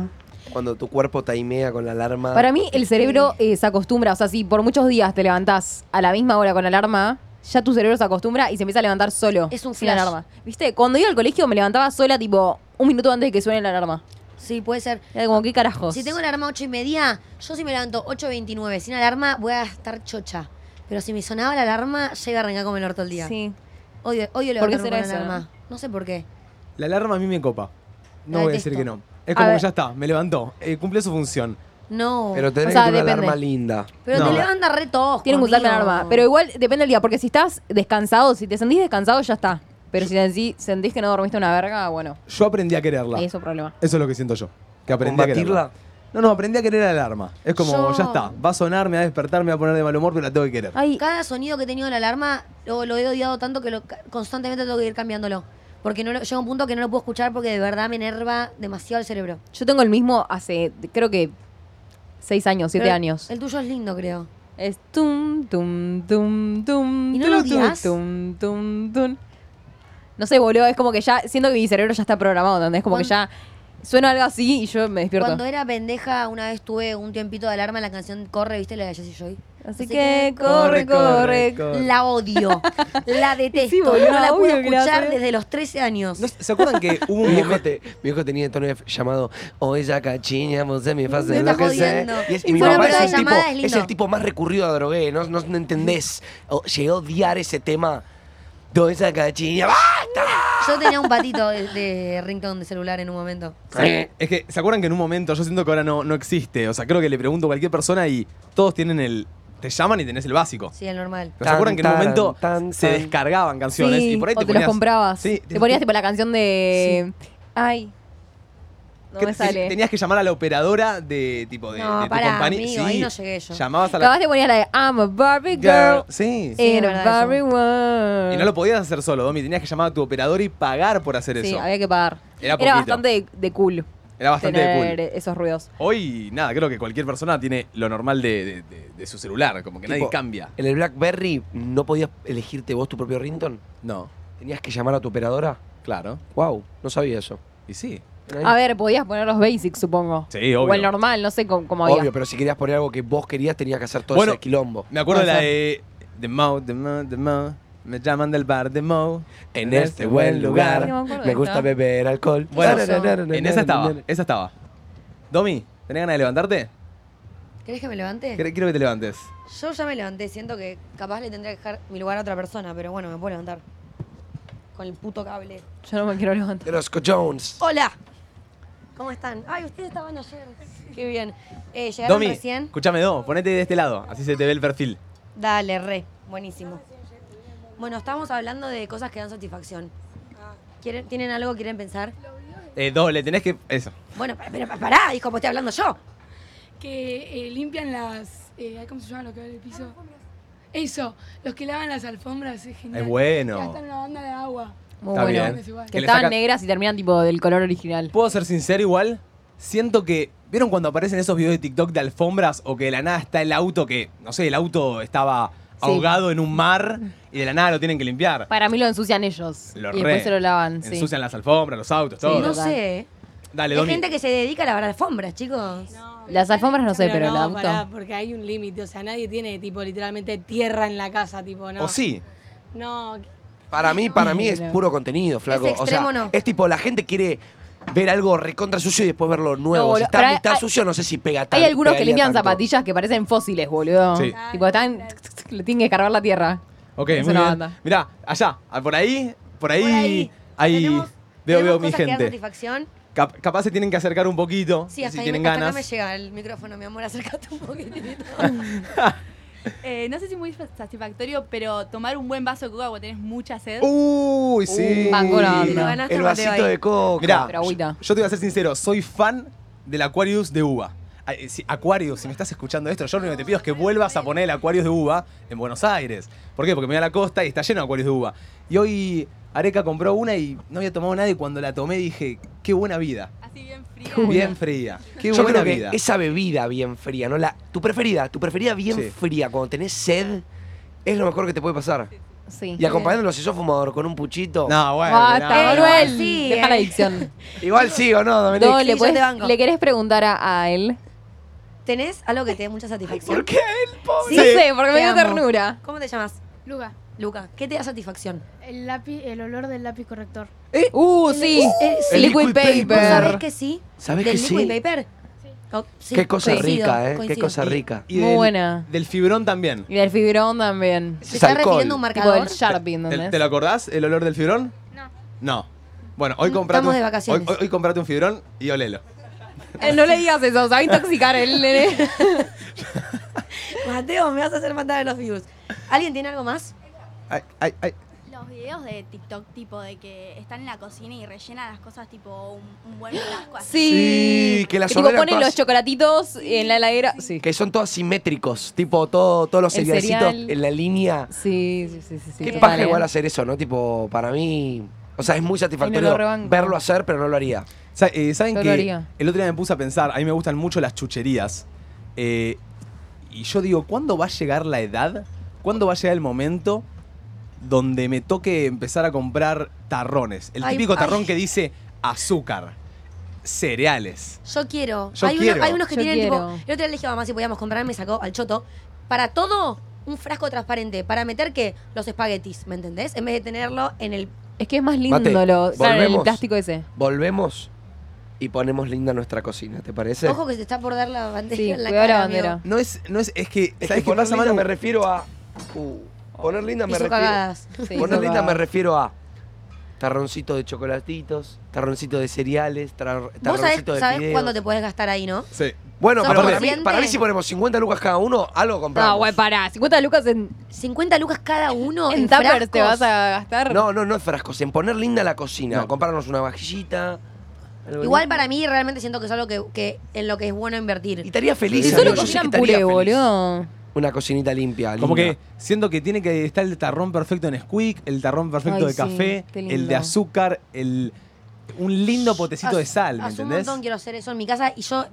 Cuando tu cuerpo taimea con la
ah.
alarma.
Para mí, el cerebro eh, se acostumbra. O sea, si por muchos días te levantás a la misma hora con alarma, ya tu cerebro se acostumbra y se empieza a levantar solo.
Es un
sin
flash.
alarma. ¿Viste? Cuando iba al colegio me levantaba sola, tipo, un minuto antes de que suene la alarma.
Sí, puede ser.
Era como, ¿qué carajos?
Si tengo la alarma 8 y media, yo si me levanto 8.29 sin alarma, voy a estar chocha. Pero si me sonaba la alarma, ya iba a arrancar como el orto el día.
Sí.
Odio, odio
¿Por qué
levantarme
será
con
eso,
alarma. No sé por qué.
La alarma a mí me copa. No
La
voy a decir
detesto.
que no. Es
A
como que
ver.
ya está, me levantó, eh, cumplió su función.
No.
Pero tenés
O sea,
que tener una
depende.
alarma linda.
Pero
No.
te levanta re tosco,
Tienen que usar la
amigo.
alarma. Pero igual depende del día, porque si estás descansado, si te sentís descansado, ya está. Pero si sentí- sentís que no dormiste una verga, bueno,
Yo aprendí a quererla.
ahí es
Eso.
un problema.
es lo que siento yo. Que aprendí a
¿Combatirla?
quererla. No, no, aprendí a querer la alarma. Es como,
Yo- Ah,
ya está. Va a sonar, me va a despertar, me va a poner de mal humor, pero la tengo que querer.
Ay,
Cada sonido que he tenido de la alarma lo, lo he odiado tanto que lo- constantemente tengo que ir cambiándolo. Porque no lo- llega un punto que no lo puedo escuchar porque de verdad me enerva demasiado el cerebro.
yo tengo el mismo hace, creo que, seis años, siete
Pero
años.
El tuyo es lindo, creo.
Es tum, tum, tum, tum.
¿Y no
tum,
lo
tum,
odias?
Tum, tum, tum. No sé, boludo, es como que ya, siento que mi cerebro ya está programado, ¿entendés? Como que ya suena algo así y yo me despierto.
Cuando era pendeja, una vez tuve un tiempito de alarma en la canción Corre, ¿viste? La de Jessie Joy.
Así que corre, corre.
La odio.
*laughs*
la detesto.
Sí, boludo,
no la
obvio
puedo
que la
escuchar
odio.
desde los 13 años.
¿No ¿Se acuerdan que hubo
Mi
un
viejo,
momento?
te- mi viejo tenía tono de f- llamado "Oh, Hoy ya cachiñamos en mi
Me
fase
está
lo que sé.
jodiendo.
Y, es,
Y
mi
bueno,
papá
pero
es,
la
el tipo,
llamada es
es
lindo.
el tipo más recurrido a drogué, no, no, no entendés. O- llegué a odiar ese tema. Hoy ya cachiña. ¡Basta!
Yo tenía un patito de, de ringtone de celular en un momento.
Es que, ¿se acuerdan que en un momento, yo siento que ahora no, no existe? O sea, creo que le pregunto a cualquier persona y todos tienen el. Te llaman y tenés el básico.
Sí, el normal.
Pero ¿Se acuerdan que en un
Tan,
momento
tan, tan,
se
tan.
descargaban canciones
Sí,
y por ahí
o
te,
te,
ponías,
los comprabas.
Sí,
te ponías tipo la canción de... Ay. No
que
me
te-
sale.
Tenías que llamar a la operadora de tipo de,
No,
de tu
pará,
compañía.
amigo, ahí no llegué yo.
Llamabas a la
Acabas de poner la de I'm a Barbie girl. Eh.
Sí.
Sí, es
in a
verdad eso.
Barbie world.
Y no lo podías hacer solo, Domi. Tenías que llamar a tu operadora y pagar por hacer
Sí,
eso.
había que pagar.
Era poquito.
bastante de, de cool
Era bastante
tener
cool.
esos ruidos.
Hoy, nada, creo que cualquier persona tiene lo normal de, de- de- de su celular. Como que nadie
Tipo,
cambia.
En el Blackberry no podías elegirte vos tu propio rington.
No,
Tenías que llamar a tu operadora.
claro.
Wow, no sabía eso.
Y sí.
A ver, podías poner los basics, supongo.
Sí,
O el
obvio.
normal, no sé cómo, cómo había.
Obvio, pero si querías poner algo que vos querías, tenías que hacer todo
Bueno,
ese quilombo.
Me acuerdo de
Puede
la de The Mo, The Mo, The Mo. Me llaman del bar The Mo.
En este buen
Sí,
lugar
me acuerdo de
me gusta
esta.
beber alcohol.
Bueno,
Tarararararara.
En esa estaba, esa estaba. Domi, ¿tenés ganas de levantarte?
¿Querés que me levante?
Quiero quiero que te levantes.
Yo ya me levanté, siento que capaz le tendría que dejar mi lugar a otra persona, pero bueno, me puedo levantar. Con el puto cable.
Yo no me quiero levantar.
De los Jones.
¡Hola! ¿Cómo están? Ay, ustedes estaban ayer. Qué bien. Eh, ¿Llegaron
Domi,
recién?
escúchame, Do, ponete de este lado, así se te ve el perfil.
Dale, re. Buenísimo. Bueno, estábamos hablando de cosas que dan satisfacción. ¿Quieren, ¿Tienen algo que quieren pensar?
Eh, Do, le tenés que. Eso.
Bueno, pa- pero pa- pará, hijo, pues estoy hablando yo.
que eh, limpian las. eh, ¿Cómo se llama lo que va en el piso? Eso, los que lavan las alfombras, es genial.
Es bueno.
Ya están la banda de agua.
Muy
Está
Oh, bueno.
bien.
Que
Que le
estaban
saca-
negras y terminan tipo del color original.
¿Puedo ser sincero igual? Siento que. ¿Vieron cuando aparecen esos videos de TikTok de alfombras o que de la nada está el auto que, no sé, el auto estaba ahogado en un mar y de la nada lo tienen que limpiar?
Para mí lo ensucian ellos.
Lo
y
re.
después se lo lavan. sí.
Ensucian las alfombras, los autos,
Sí,
todo.
no
total.
sé.
Dale,
Hay
Domi.
gente que se dedica a lavar alfombras, chicos.
Las alfombras no sé, pero, el auto.
pará, porque hay un límite. O sea, nadie tiene, tipo, literalmente tierra en la casa, tipo, no.
O sí.
No,
Para mí, para mí es
Pero-
puro contenido, flaco.
Es extremo,
o sea,
no.
es tipo, la gente quiere ver algo recontra sucio y después verlo nuevo.
No,
si
boludo,
está
pero
a mitad
hay-
sucio, no sé si pega tan-
Hay algunos que
pegaría
limpian
tanto.
zapatillas que parecen fósiles, boludo.
Sí.
Tipo, están. Le tienen que descargar la tierra.
Ok,
Es
muy
una
bien.
banda.
Mirá, allá, ah, por ahí, por ahí,
Por ahí.
ahí
Tenemos-
veo,
tenemos
veo mi
cosas que dan
gente.
satisfacción.
Cap- capaz se tienen que acercar un poquito,
Sí, hasta,
si
ahí
tienen
me, hasta
ganas.
acá me llega el micrófono, mi amor, acércate un poquitito.
Eh, no sé si muy satisfactorio, pero tomar un buen vaso de coca cuando tenés mucha sed.
Uy, sí.
Uh, banco la
Te lo
banda.
ganaste
El
a Mateo
vasito
ahí.
de coca.
Mirá,
Pero agüita.
yo te voy a ser sincero, soy fan del Aquarius de uva. Ay, eh, si- Aquarius, si me estás escuchando esto, yo lo único que te pido es que vuelvas a poner el Aquarius de uva en Buenos Aires. ¿Por qué? Porque me voy a la costa y está lleno de Aquarius de uva. Y hoy Areca compró una y no había tomado nada y cuando la tomé dije, qué buena vida.
Así bien fría.
Bien fría. Qué
Yo
buena
creo que
vida.
esa bebida bien fría, ¿no? La, tu preferida, tu preferida bien
Sí.
fría, cuando tenés sed, es lo mejor que te puede pasar.
Sí.
Y acompañándolo si sos fumador con un puchito.
No, bueno.
Basta,
mirá.
Manuel.
sí,
Deja
eh.
la adicción.
Igual sí o no, Dominique.
No,
sí,
le,
yo
podés-
te banco.
le querés preguntar a, a él.
¿Tenés algo que te dé mucha satisfacción?
¿Por qué él,
Sí,
pobre?
sé, porque me
Te
dio
amo.
ternura.
¿Cómo te llamas?
Luca,
Luca, ¿qué te da satisfacción?
el, lápiz, el olor del lápiz corrector.
Uh, sí.
el
liquid,
liquid
paper.
paper.
¿Vos sabés que sí?
¿Sabés
¿Del
que
liquid
sí?
paper? Oh, sí,
Qué cosa
coincido,
rica, ¿eh? Qué
coincido.
cosa rica.
Y
Muy
del-
buena.
Del fibrón también.
Y del fibrón también.
Ese
¿Se
es
está
alcohol.
refiriendo a un
Tipo del
marcador?
Sharpie,
¿Te,
¿entendés?
te lo acordás el olor del fibrón? No. No. Bueno, hoy comprate,
Estamos
un,
de vacaciones.
Hoy, hoy- hoy comprate un fibrón y olelo.
Eh, No le digas eso, se va a intoxicar el nene.
*laughs* Mateo, me vas a hacer matar a los views. ¿Alguien tiene algo más?
Ay, ay, ay.
Los videos de TikTok, tipo de que están en la cocina y rellenan las cosas, tipo un, un buen frasco así.
Sí.
Sí, que las
tipo
ordenan
ponen
todas-
los chocolatitos en la heladera. Sí.
Que son todos simétricos, tipo todo, todos los
El
cerealcitos
cereal.
en la línea.
Sí, sí, sí, sí. sí,
Qué
total,
paja
eh.
igual hacer eso, ¿no? Tipo, para mí. O sea, es muy satisfactorio
rebanco.
verlo hacer, pero no lo haría.
Sa- eh, ¿Saben
Yo lo
que
haría.
El otro día me puse a pensar, a mí me gustan mucho las chucherías. eh, y yo digo, ¿cuándo va a llegar la edad? ¿Cuándo va a llegar el momento donde me toque empezar a comprar tarrones? El
Ay,
típico
ay.
tarrón que dice azúcar, cereales.
Yo quiero.
Yo
hay, uno-
quiero.
hay unos que
Yo
tienen
quiero.
tipo. El otro día le dije a mamá si podíamos comprar, me sacó al choto. Para todo, un frasco transparente. Para meter que los espaguetis, ¿me entendés? En vez de tenerlo en el.
Es que es más lindo lo, claro, el
volvemos.
plástico ese.
Volvemos y ponemos linda nuestra cocina, ¿te parece?
Ojo que se está por dar la bandera
Sí,
en la
cuidado la
cara,
bandera.
amigo.
No es, no es, es que, ¿sabes
Es que
qué
poner
pasa,
linda
Manu?
me refiero a. uh, poner linda me
Hizo
refiero.
cagadas. Sí, hizo
poner linda me
cagadas.
refiero a. Tarroncito de chocolatitos, tarroncito de cereales, tar-
Vos sabés,
tarroncito de
sabés
fideos.
cuándo te podés gastar ahí, ¿no?
Sí.
Bueno,
¿Sos
pero para mí,
consciente?
para mí si ponemos 50 lucas cada uno, algo compramos.
No, güey, pará. 50 lucas en.
50 lucas cada uno.
En
en
tuppers te
frascos.
vas a gastar.
No, no, no es frascos, en poner linda la cocina, comprarnos una vajillita. algo
Igual
lindo.
para mí realmente siento que es algo que, que en lo que es bueno invertir. Y
estaría feliz,
Y solo cocinan puré, boludo.
Una cocinita limpia,
Como
linda.
que siento que tiene que estar el tarrón perfecto en squeak, el tarrón perfecto
Ay,
de
sí,
café,
qué lindo.
el de azúcar, el un lindo potecito de
Hace-
sal, ¿me
hace
entendés?
un montón quiero hacer eso en mi casa y yo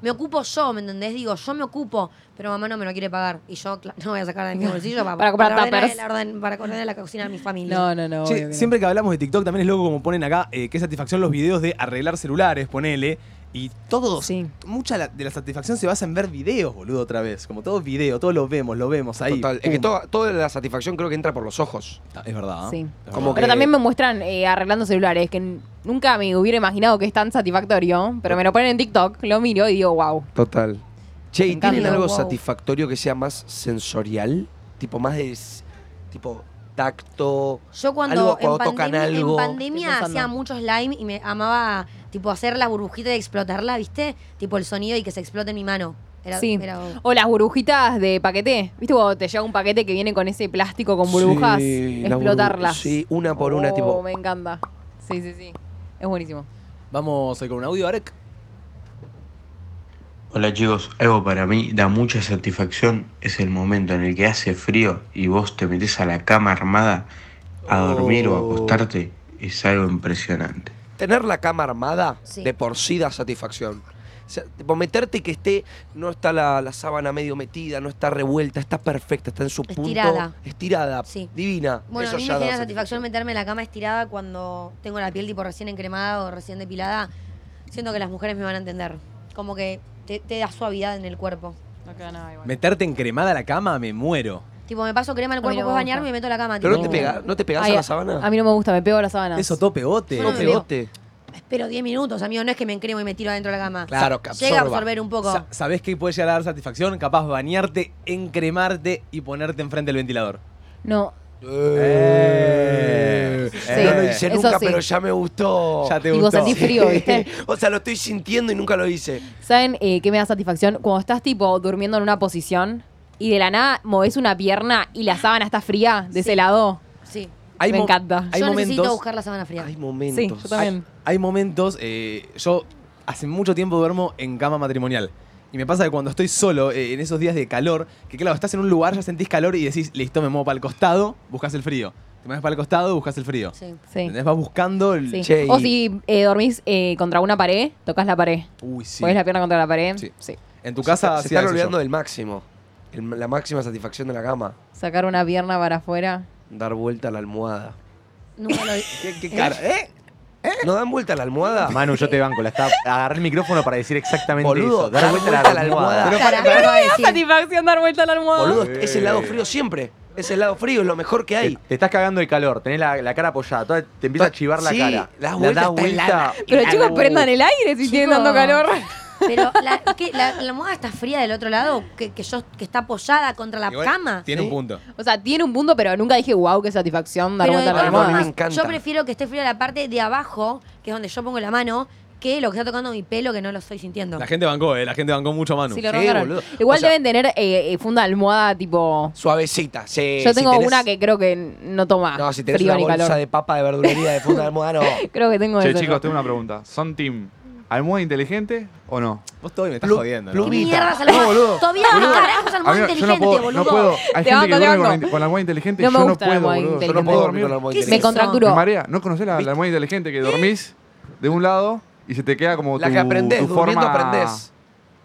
me ocupo yo, ¿me entendés? Digo, yo me ocupo, pero mamá no me lo quiere pagar. Y yo cla- *laughs* no voy a sacar de mi bolsillo para,
Para comprar
ordenar
tuppers.
la orden- Para ordenar la cocina de mi familia.
No, no, no.
Che,
obvio que no.
siempre que hablamos de TikTok también es loco como ponen acá eh, qué satisfacción los videos de arreglar celulares, ponele. Y todos, mucha la- de la satisfacción se basa en ver videos, boludo, otra vez. Como todo video, todos los vemos, lo vemos ahí.
Total, es que
Pum.
toda, toda la satisfacción creo que entra por los ojos.
Es verdad. ¿eh?
Sí.
Es
Como
Pero
que-
también me muestran eh, arreglando celulares, que n- nunca me hubiera imaginado que es tan satisfactorio, pero me lo ponen en TikTok, lo miro y digo, wow.
Total. Che, ¿y
En cambio,
tienen algo
wow.
satisfactorio que sea más sensorial? Tipo, más de. s- Tipo, tacto.
Yo cuando,
algo, cuando
en,
tocan
pandemia, en
algo.
pandemia
Estoy pensando.
hacía mucho slime y me amaba tipo hacer la burbujita y explotarla, ¿viste? Tipo el sonido y que se explote en mi mano. Era,
sí.
era-
O las burbujitas de paquete. ¿Viste cuando te llega un paquete que viene con ese plástico con burbujas?
Sí, la burbu-
explotarlas.
Sí, una por una,
Oh,
tipo.
Me encanta. Sí, sí, sí. Es buenísimo.
Vamos eh, con un audio, Arek.
Hola chicos, algo para mí da mucha satisfacción es el momento en el que hace frío y vos te metes a la cama armada a dormir o a acostarte, es algo impresionante.
Tener la cama armada
Sí.
de por sí da satisfacción. O sea, tipo, meterte y que esté. No está la, la sábana medio metida, no está revuelta, está perfecta, está en su
Estirada.
punto. Estirada. Divina.
Bueno,
Eso
a mí
ya
me
da
genera satisfacción meterme en la cama estirada cuando tengo la piel tipo recién encremada o recién depilada. Siento que las mujeres me van a entender. Como que te, te da suavidad en el cuerpo.
No queda nada igual.
Meterte encremada a la cama, me muero.
Tipo, me paso crema en el
A mí
cuerpo,
no
puedo
me
bañarme
gusta.
y me meto a la cama.
Pero no
tipo,
te, pega, no te pegás
Ay,
a la sábana.
A mí no me gusta, me pego a las sábanas.
Eso topeote.
Yo no me Topeote. Espero 10 minutos, amigo. No es que me encremo y me tiro adentro de la cama.
Claro, que
Llega a
absorba.
absorber un poco.
Sa- ¿Sabés qué puede llegar a dar satisfacción? Capaz bañarte, encremarte y ponerte enfrente del ventilador.
No.
Eh.
Sí.
No lo hice
Eso
nunca,
sí.
pero ya me gustó. *laughs*
Ya te
Y vos gustó. sentís frío, ¿viste?
o sea, lo estoy sintiendo y nunca lo hice.
¿Saben eh, qué me da satisfacción? Cuando estás tipo durmiendo en una posición y de la nada moves una pierna y la sábana está fría de ese lado.
Sí.
Hay
me
mo-
encanta.
hay Yo momentos- necesito
buscar la sábana fría.
Hay
Sí,
momentos.
yo también.
Hay momentos, eh, yo hace mucho tiempo duermo en cama matrimonial. Y me pasa que cuando estoy solo, eh, en esos días de calor, que claro, estás en un lugar, ya sentís calor y decís, listo, me muevo para el costado, buscas el frío. Te mueves para el costado, buscas el frío.
Sí.
Sí.
¿Entendés? Vas buscando el...
Sí. o si eh, dormís eh, contra una pared, tocas la pared.
Uy, sí.
Pues
Pones la pierna contra la pared.
Sí.
Sí.
En tu
Se está-
casa
se,
hacía
están
eso
olvidando
yo.
del máximo. El- la máxima satisfacción de la cama.
Sacar una pierna para afuera.
Dar vuelta a la almohada.
*laughs*
Nunca lo
¿Qué, qué cara? ¿Eh?
¿No dan vuelta a la almohada?
Manu, yo te banco, la estaba, agarré el micrófono para decir exactamente
Boludo,
eso. Dar vuelta, a la almohada.
Pero
Cara,
para-
¿qué va a
Da
decir?
satisfacción dar vuelta a la almohada.
Boludo, es el lado frío siempre. Es el lado frío, es lo mejor que hay.
Te, te estás cagando de calor, tenés la, la cara apoyada, toda- te empieza a chivar la
Sí,
cara.
la
La
vuelta
das
está helada.
vuelta.
Pero
y-
chicos,
Uh.
prendan el aire si siguen dando calor. *laughs*
Pero la, ¿qué? la, la almohada está fría del otro lado, que, que yo que está apoyada contra la
Igual
cama.
Tiene
Sí.
un punto.
O sea, tiene un punto, pero nunca dije, wow, qué satisfacción dar
Pero de
vuelta a la
todas
almohada.
formas,
Me encanta.
yo prefiero que esté fría la parte de abajo, que es donde yo pongo la mano, que lo que está tocando mi pelo que no lo estoy sintiendo.
La gente bancó, eh, la gente bancó mucho a Manu.
Sí, lo roncaron. Igual deben tener eh, eh, funda de almohada tipo.
Suavecita, sí.
Yo
si
tengo
tenés-
una que creo que no toma.
No, si tenés
frío
una
ni
bolsa
calor.
de papa de verdulería de funda
*laughs*
de almohada, no.
Creo que tengo
Che,
eso.
chicos, tengo una pregunta. ¿Son team almohada inteligente o no?
Vos todavía me estás jodiendo.
¿no?
¿Qué mierda se la Todavía
Boludo.
carajo es
A mí
almohada
no- yo no
inteligente,
puedo,
boludo.
no puedo. Hay gente que duerme con, la- con la almohada inteligente.
No me
yo no
gusta la
puedo,
almohada
boludo. Yo no
inteligente.
puedo dormir
¿Qué
con la almohada
es eso?
inteligente.
Me contracturó.
Me marea. ¿No conocés la, la almohada inteligente que dormís de un lado y se te queda como
La
tu,
que aprendés,
tu
durmiendo
forma...
aprendés.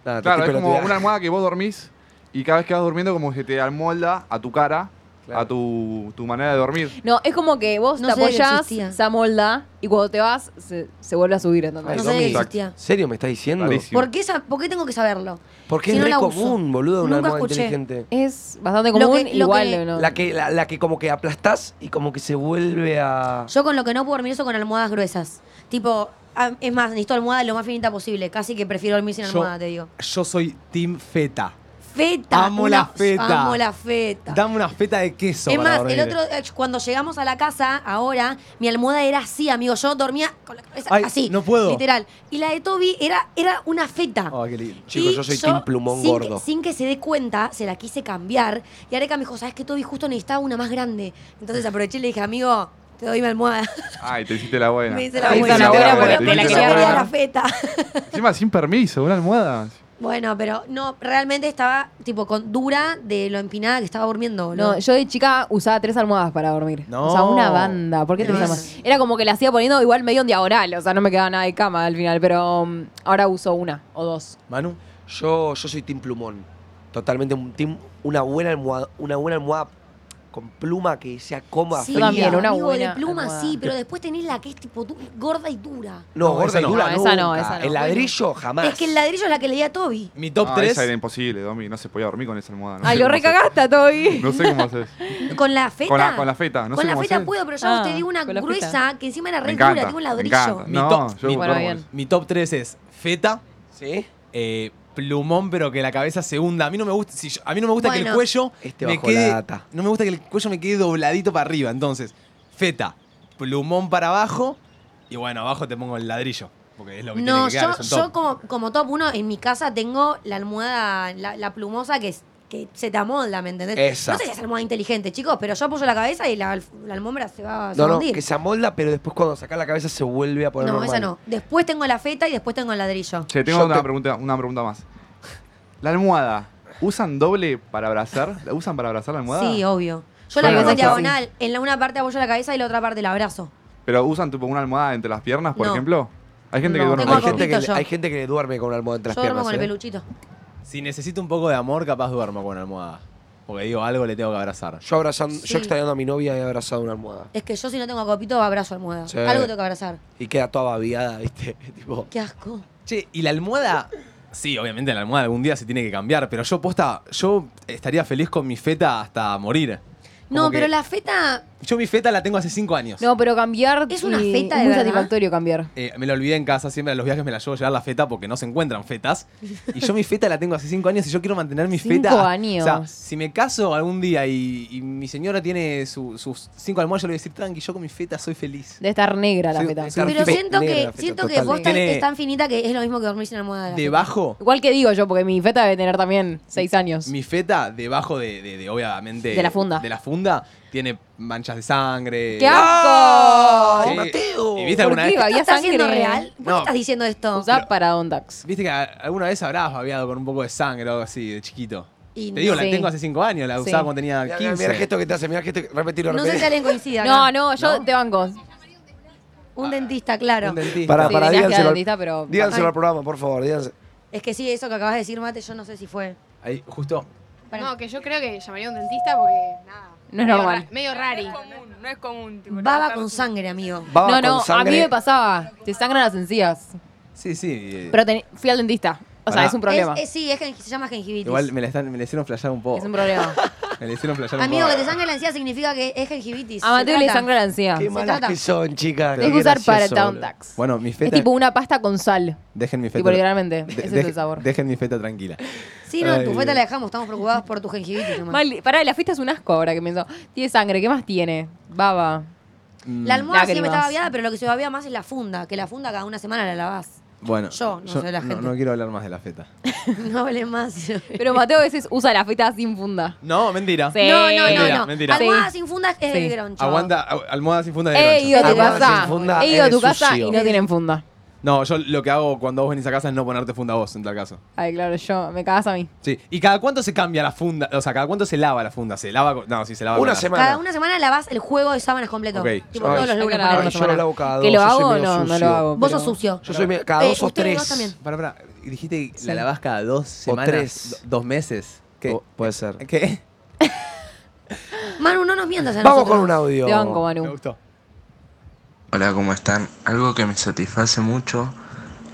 Nada, te
claro, es
estoy
como
pelotudeando.
una almohada que vos dormís y cada vez que vas durmiendo como que se te almolda a tu cara, a tu, tu manera de dormir.
No, es como que vos
No
te
sabía que
apoyás,
existía.
se amolda y cuando te vas se, se vuelve a subir. ¿entendés?
No sabía que existía.
¿En serio me estás diciendo?
¿Por qué, esa- por qué tengo que saberlo?
Porque
Si
es
no
re
la uso.
común, boludo, una
Nunca
almohada
escuché.
inteligente.
Es bastante
Lo que-
común,
lo
igual.
que-
¿no?
La que, la, la que como que aplastás y como que se vuelve a.
Yo con lo que no puedo dormir eso con almohadas gruesas. Tipo, ah, es más, necesito almohada lo más finita posible. Casi que prefiero dormir sin
Yo-
almohada, te digo.
Yo soy Team Feta.
Feta.
Amo
una-
la feta.
Amo la feta.
Dame una feta de queso.
es
para
más,
dormir.
el otro, eh, cuando llegamos a la casa, ahora, mi almohada era así, amigo. Yo dormía con la cabeza
Ay,
así.
no puedo.
Literal. Y la de Toby era, era una feta.
Oh,
Chicos,
Y
yo soy Team Plumón
sin
gordo.
Que, sin que se dé cuenta, se la quise cambiar. Y Areca me dijo, ¿sabes que Toby justo necesitaba una más grande? Entonces aproveché y le dije, amigo, te doy mi almohada. *laughs*
Ay, te hiciste la buena.
Me hice
Te
la
hiciste
buena. Pero
buena,
porque
te
la
hiciste
quería
buena.
la feta. *laughs*
Encima sin permiso, una almohada.
Bueno, pero no, realmente estaba tipo con dura de lo empinada que estaba durmiendo. boludo.
No, yo de chica usaba tres almohadas para dormir.
No.
O sea, una banda. ¿Por qué tres
Tres.
almohadas? Era como que la hacía poniendo igual medio en diagonal. O sea, no me quedaba nada de cama al final. Pero um, ahora uso una o
*laughs*
dos.
Manu.
Yo, yo soy Team Plumón. Totalmente un team, una buena almohada, una buena almohada con pluma que sea cómoda,
Sí,
fría.
también, una
amigo,
buena
de pluma
almohada.
sí, pero después tenés la que es tipo du- gorda y dura.
No,
No,
gorda
esa
y
no.
dura
No, esa no,
nunca.
esa no.
El ladrillo jamás.
Es que el ladrillo es la que le di a Toby.
Mi top
Ah,
3.
Esa era imposible, Domi. No se podía dormir con esa almohada. No
Ay,
sé
lo
cómo haces.
recagaste, Toby.
No sé cómo haces.
Con la *laughs* feta.
Con la- con la feta, no
Con
sé
la
cómo
feta
hacer.
puedo, pero yo a
Ah,
usted di una
con la
gruesa
feta.
que encima era
Me
re
encanta,
dura, tengo un
me
ladrillo.
encanta.
Mi,
No,
top,
yo
mi-
duermo Bueno, bien.
mi top 3 es feta.
Sí.
eh, plumón, pero que la cabeza se hunda. A mí no me gusta, si yo- a mí no me gusta que el
Bueno.
cuello
Este
me
bajó la
quede.
data.
No me gusta que el cuello me quede dobladito para arriba. Entonces, feta, plumón para abajo. Y bueno, abajo te pongo el ladrillo. Porque es lo que tiene
No,
que quedar.
yo,
es un
yo
top.
como, como top uno en mi casa tengo la almohada, la, la plumosa que, es- que se te amolda, ¿me entendés?
Esa.
No sé si es almohada inteligente, chicos, pero yo apoyo la cabeza y la, la alfombra se va, se
No,
va a
no,
hundir.
que se amolda, pero después cuando sacás la cabeza se vuelve a poner
No,
normal.
esa no. Después tengo la feta y después tengo el ladrillo.
Che, tengo
Yo
una,
te-
pregunta, una pregunta más. ¿La almohada usan doble para abrazar? ¿La usan para abrazar la almohada?
Sí, obvio. Yo
Bueno,
la pongo en
no,
diagonal. En la una parte apoyo la cabeza y la otra parte la abrazo.
¿Pero usan tipo una almohada entre las piernas, por
No.
ejemplo? Hay gente que duerme
hay,
con eso.
gente que,
yo.
hay gente que duerme con una almohada entre las
yo duermo
piernas.
con el
¿eh?
peluchito.
Si necesito un poco de amor, capaz duermo con almohada. Porque digo, algo le tengo que abrazar.
Yo abrazando,
Sí.
yo extrañando a mi novia he abrazado una almohada.
Es que yo si no tengo copito abrazo almohada.
Sí.
Algo tengo que abrazar.
Y queda toda babiada, ¿viste? *laughs* tipo,
Qué asco.
Che, y la almohada. Sí, obviamente la almohada algún día se tiene que cambiar, pero yo posta, yo estaría feliz con mi feta hasta morir. Como
No,
que-
pero la feta.
Yo mi feta la tengo hace cinco años.
No, pero cambiar.
Es una
y-
feta de
Es muy
verdad.
satisfactorio cambiar.
Eh, me la olvidé en casa, siempre a los viajes me la llevo a llevar la feta porque no se
*laughs*
encuentran fetas. Y yo mi feta la tengo hace cinco años y yo quiero mantener mi
Cinco
feta.
años.
O sea, si me caso algún día y, y mi señora tiene su- sus cinco almohadas, yo le voy a decir, tranqui, yo con mi feta soy feliz.
De estar negra la
Sí,
feta.
sí.
Pero
Tipo,
siento
negra
que,
la feta,
siento que
total.
vos tan-
Tiene-
es tan finita que es lo mismo que dormir sin almohada. de la feta.
Debajo,
Igual que digo yo, porque mi feta debe tener también seis años.
mi feta, debajo de, de- de, obviamente.
De la funda.
De la funda, tiene manchas de sangre.
¡Qué asco!
¡Oh!
Sí. ¿Y
¿Por
viste alguna
qué?
vez? que-
¿Había
¿Estás
sangre?
siendo real? ¿Por qué
No.
estás diciendo esto?
Usá para Ondax.
Viste que a- alguna vez habrás babeado con un poco de sangre o algo así, de chiquito.
Y
Te digo,
no.
la
Sí.
tengo hace cinco años, la
Sí.
usaba cuando tenía
Mira,
15.
mira el gesto que te hace, mira el gesto que repetirlo,
No sé si
repetirlo.
alguien coincida.
No,
acá.
no, yo te banco.
Un dentista, claro.
Un dentista.
Para,
Sí,
para,
tenés que ir al
díganselo,
dentista, pero-
al, díganselo
Ay.
al programa, por favor, díganse.
Es que sí, eso que acabas de decir, Mate, yo no sé si fue.
Ahí, justo.
No, que yo creo que llamaría a un dentista porque nada.
No es
medio
normal.
ra- Medio rari. No es común, no es común.
Baba con sangre, amigo.
No, no, a mí me pasaba. Te sangran las encías.
Sí, sí. eh,
Pero ten- fui al dentista. O sea,
Pará.
es un problema.
Es- es- sí, es gen- se llama gingivitis.
Igual me la, están, me la hicieron flashear un poco.
Es un
*laughs*
problema.
Me la hicieron flashear un poco.
Amigo, que te sangre la encía significa que es gengivitis.
A Mateo
Se
le
trata.
sangra la encía.
Qué
Se
malas
trata.
que son, chicas.
Tenés
qué
que usar
gracioso,
para
boludo.
Tauntax.
Bueno, mi
Es
feta.
tipo una pasta con sal.
Dejen mi feta.
Tipo, literalmente.
de-
Ese es
deje-
el sabor.
Dejen mi feta tranquila.
Sí, no, tu
Ay.
feta la dejamos, estamos preocupados por tu gengivitis. nomás.
Mal, pará, la fiesta es un asco ahora que pienso. Tiene sangre, ¿qué más tiene? Baba.
La almohada siempre
Lágrimas.
estaba babeada, pero lo que se babea más es la funda, que la funda cada una semana la lavás. *laughs*
Bueno,
Yo, no sé la gente.
No, quiero hablar más de la feta.
No hable más.
Pero Mateo a veces usa la feta sin funda.
No, mentira.
Sí.
No, no, no,
Mentira,
no.
mentira.
Almohada sin funda es
Sí.
de groncho.
Aguanta, agu- almohada sin funda de
He
groncho.
ido a tu
Almohada
casa.
sin funda
He ido a
es
tu casa
sucio.
y no tienen funda.
No, yo lo que hago cuando vos venís a casa es no ponerte funda vos, en tal caso.
Ay, claro, yo me cagas a mí.
Sí. ¿Y cada cuánto se cambia la funda? O sea, ¿cada cuánto se lava la funda? ¿Se lava? con- No, sí, se lava.
Una
con la-
semana.
Cada una semana lavas el juego de sábanas completo.
Ok.
Tipo,
Ay,
todos los
hay
lunes.
que lavar
ponele.
una semana.
lavo cada
¿Que
dos,
lo
yo soy
hago o
medio
no? No
sucio.
lo hago.
Vos
pero-
sos sucio.
Yo soy medio- cada
Eh,
dos o
ustedes
tres.
dos también.
Pará, pará. Dijiste que
Sí.
la lavás cada dos semanas.
tres.
do- dos meses. ¿Qué?
O- puede ser.
¿Qué?
Manu, no nos mientas a
Vamos
nosotros.
con un audio.
Te banco,
Me
Manu.
gustó.
Hola, ¿cómo están? Algo que me satisface mucho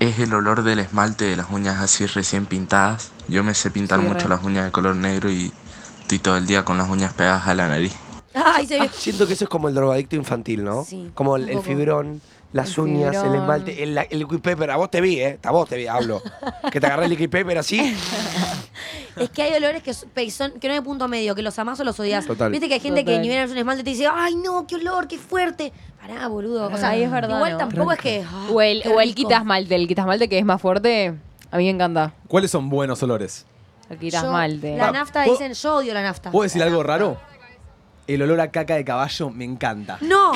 es el olor del esmalte de las uñas así recién pintadas. Yo me sé pintar
Sí,
mucho
re.
las uñas de color negro y estoy todo el día con las uñas pegadas a la nariz.
Ay, se ve.
Ah, Siento que eso es como el drogadicto infantil, ¿no?
Sí,
Como
un
el, el
poco.
fibrón, las
El
uñas,
fibrón.
el esmalte, el, el liquid paper. A vos te vi, ¿eh? A vos te
*laughs*
vi, hablo. que te agarré el liquid paper así.
Es que hay olores que, son- que son- que no hay punto medio, que los amás o los odias.
Total.
Viste que hay gente
Total.
que ni bien un esmalte y te dice, ay no, qué olor, qué fuerte. Pará, boludo. O sea,
Ay, es verdad,
igual
¿no?
tampoco es que. ah,
O el,
qué
o el
rico.
quitasmalte. El quitasmalte que es más fuerte, a mí me encanta.
¿Cuáles son buenos olores?
El
Yo-
quitasmalte.
La nafta
¿puedo-
dicen, yo odio la nafta.
¿Puedo decir algo raro? El olor a caca de caballo me encanta.
¡No!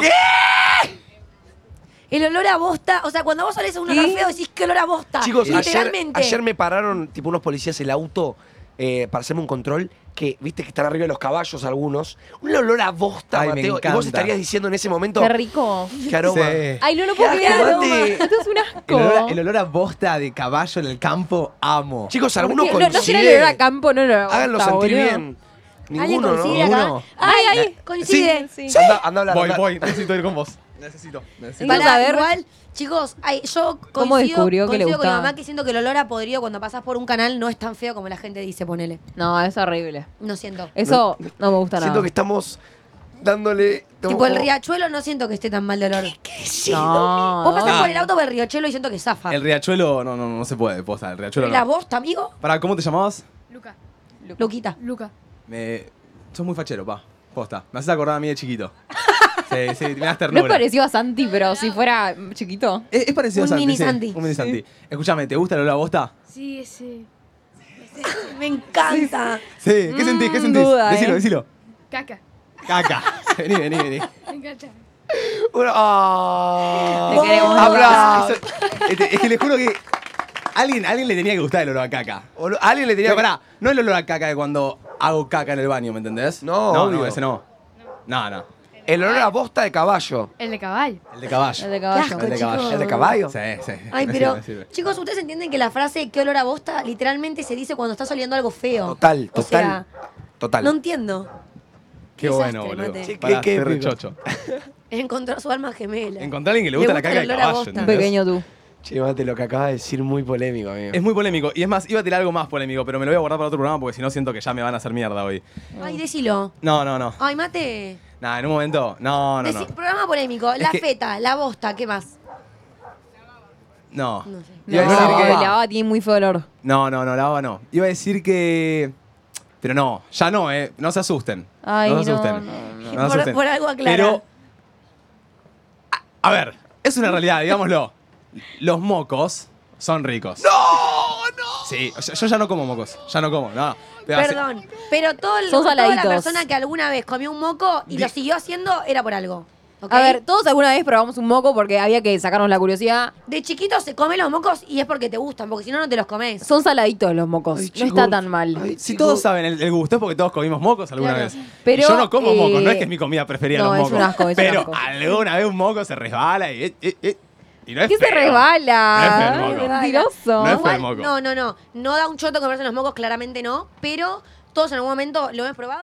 El olor a bosta. O sea, cuando vos olés a un olor
¿Qué?
feo, decís que olor a bosta.
Chicos, ayer,
literalmente.
ayer me pararon, tipo, unos policías el auto eh, para hacerme un control. Que viste que están arriba de los caballos algunos. Un olor a bosta,
Ay, me
Mateo. Y vos
encanta.
estarías diciendo en ese momento.
Qué rico.
Qué aroma.
Sí.
Ay, no lo puedo
Qué
creer.
asco, Mati.
Esto es un
El olor, a,
asco.
el olor a bosta de caballo en el campo, amo.
Chicos, algunos
Porque No, no quiero el olor a campo, no, no.
Háganlo sentir bien.
¿Alguien
Ninguno,
coincide
¿no?
acá?
Ninguno.
Ay,
Ay,
ay, coincide.
Sí.
Anda, anda a hablar.
Voy,
anda.
voy, necesito ir con vos. Necesito, necesito.
Vamos
Pará,
a ver.
igual, chicos, ay, yo coincido,
¿Cómo descubrió que le
coincido con mi
gustaba?
mamá que siento que el olor a podrido cuando pasas por un canal no es tan feo como la gente dice, ponele.
No, es horrible.
No siento.
Eso no me gusta
Siento
nada.
que estamos dándole.
Tipo, el riachuelo no siento que esté tan mal de olor.
No,
Vos pasás
no.
por el auto por el riachuelo y siento que zafa.
El riachuelo, no, no, no se puede, posta, el riachuelo
¿La
no.
bosta, amigo?
Pará, ¿cómo te llamabas?
Luca.
Luquita.
Luca.
Me... Sos muy fachero, pa. Posta. Me haces acordar a mí de chiquito. sí, sí, me das
No es
ternura.
parecido a Santi, pero si fuera chiquito.
es, es parecido
Un
a Santi.
mini
sí,
Santi.
Un mini Santi. Escúchame, ¿te gusta el olor a bosta?
Sí, ese.
Me encanta.
Sí. ¿Qué sentís?
Mm,
¿Qué sentís?
duda,
decilo,
eh.
decilo.
Caca.
Caca. *laughs* vení, vení, vení.
Me encanta.
Uno- ¡Ah!
Te queremos.
Habla.
Eso- este, es que les juro que alguien, alguien le tenía que gustar el olor a caca.
O lo- Alguien le ah, tenía
Pero pará, no el olor a caca de cuando hago caca en el baño, ¿me entendés?
No,
no,
obvio.
no ese no. No, no.
El olor a bosta de caballo.
El de caballo.
El de caballo.
El de
Qué
caballo.
asco.
El de caballo.
chicos. ¿El de
caballo?
Sí, sí. *laughs*
Ay,
me
pero,
sirve, me sirve.
chicos, ustedes entienden que la frase qué olor a bosta literalmente se dice cuando estás oliendo algo feo.
Total,
O
total.
sea,
Total.
no entiendo.
Qué
desastre,
bueno, boludo.
mate.
Sí,
Pará,
qué- qué
qué
épico.
rechocho.
Encontrar su alma gemela.
Encontrá a alguien que le gusta, la caca de
el olor a
caballo.
bosta.
Un
¿entendés?
Pequeño tú.
Che, mate, lo que acabas de decir muy polémico, amigo.
Es muy polémico. Y es más, iba a tirar algo más polémico, pero me lo voy a guardar para otro programa porque si no siento que ya me van a hacer mierda hoy.
Ay, decilo.
No, no, no.
Ay, mate.
Nada, en un momento. No, no, no.
Ah. Decí- Programa polémico. La
que-
feta, la bosta, ¿qué más?
No.
No sé.
No,
Iba a decir que-
la baba tiene muy feo olor.
No, no, no, la baba no. Iba a decir que. Pero no, ya no, ¿eh? No se asusten.
Ay,
no se
no,
asusten.
no,
No se
Por-
asusten.
por algo aclara.
Pero. A, a ver, es una realidad, digámoslo. Los mocos son ricos. ¡No! ¡No! Sí, yo, yo ya no como mocos. Ya no como, no. Pero hace-
Perdón. Pero todo el,
Son
toda la
saladitos.
persona que alguna vez comió un moco y
Di-
lo siguió haciendo era por algo. ¿ok?
A ver, todos alguna vez probamos un moco porque había que sacarnos la curiosidad.
De chiquito se come los mocos y es porque te gustan, porque si no, no te los comes.
Son saladitos los mocos.
Ay,
no
chicos.
está tan mal.
Ay,
Si
chicos.
todos saben el, el gusto es porque todos comimos mocos alguna
Claro.
vez. Y
Pero,
yo no como
eh,
mocos, no es que es mi comida preferida
no,
los
es
mocos.
un asco, es un
pero
asco.
alguna vez un moco se resbala y, eh, eh, eh, y no es
¿Qué se
feo.
resbala?
No es feo el moco.
Ay, Mentiroso.
No es feo
Igual,
el moco.
no, no, no. No da un choto comerse los mocos, claramente no. Pero todos en algún momento lo hemos probado.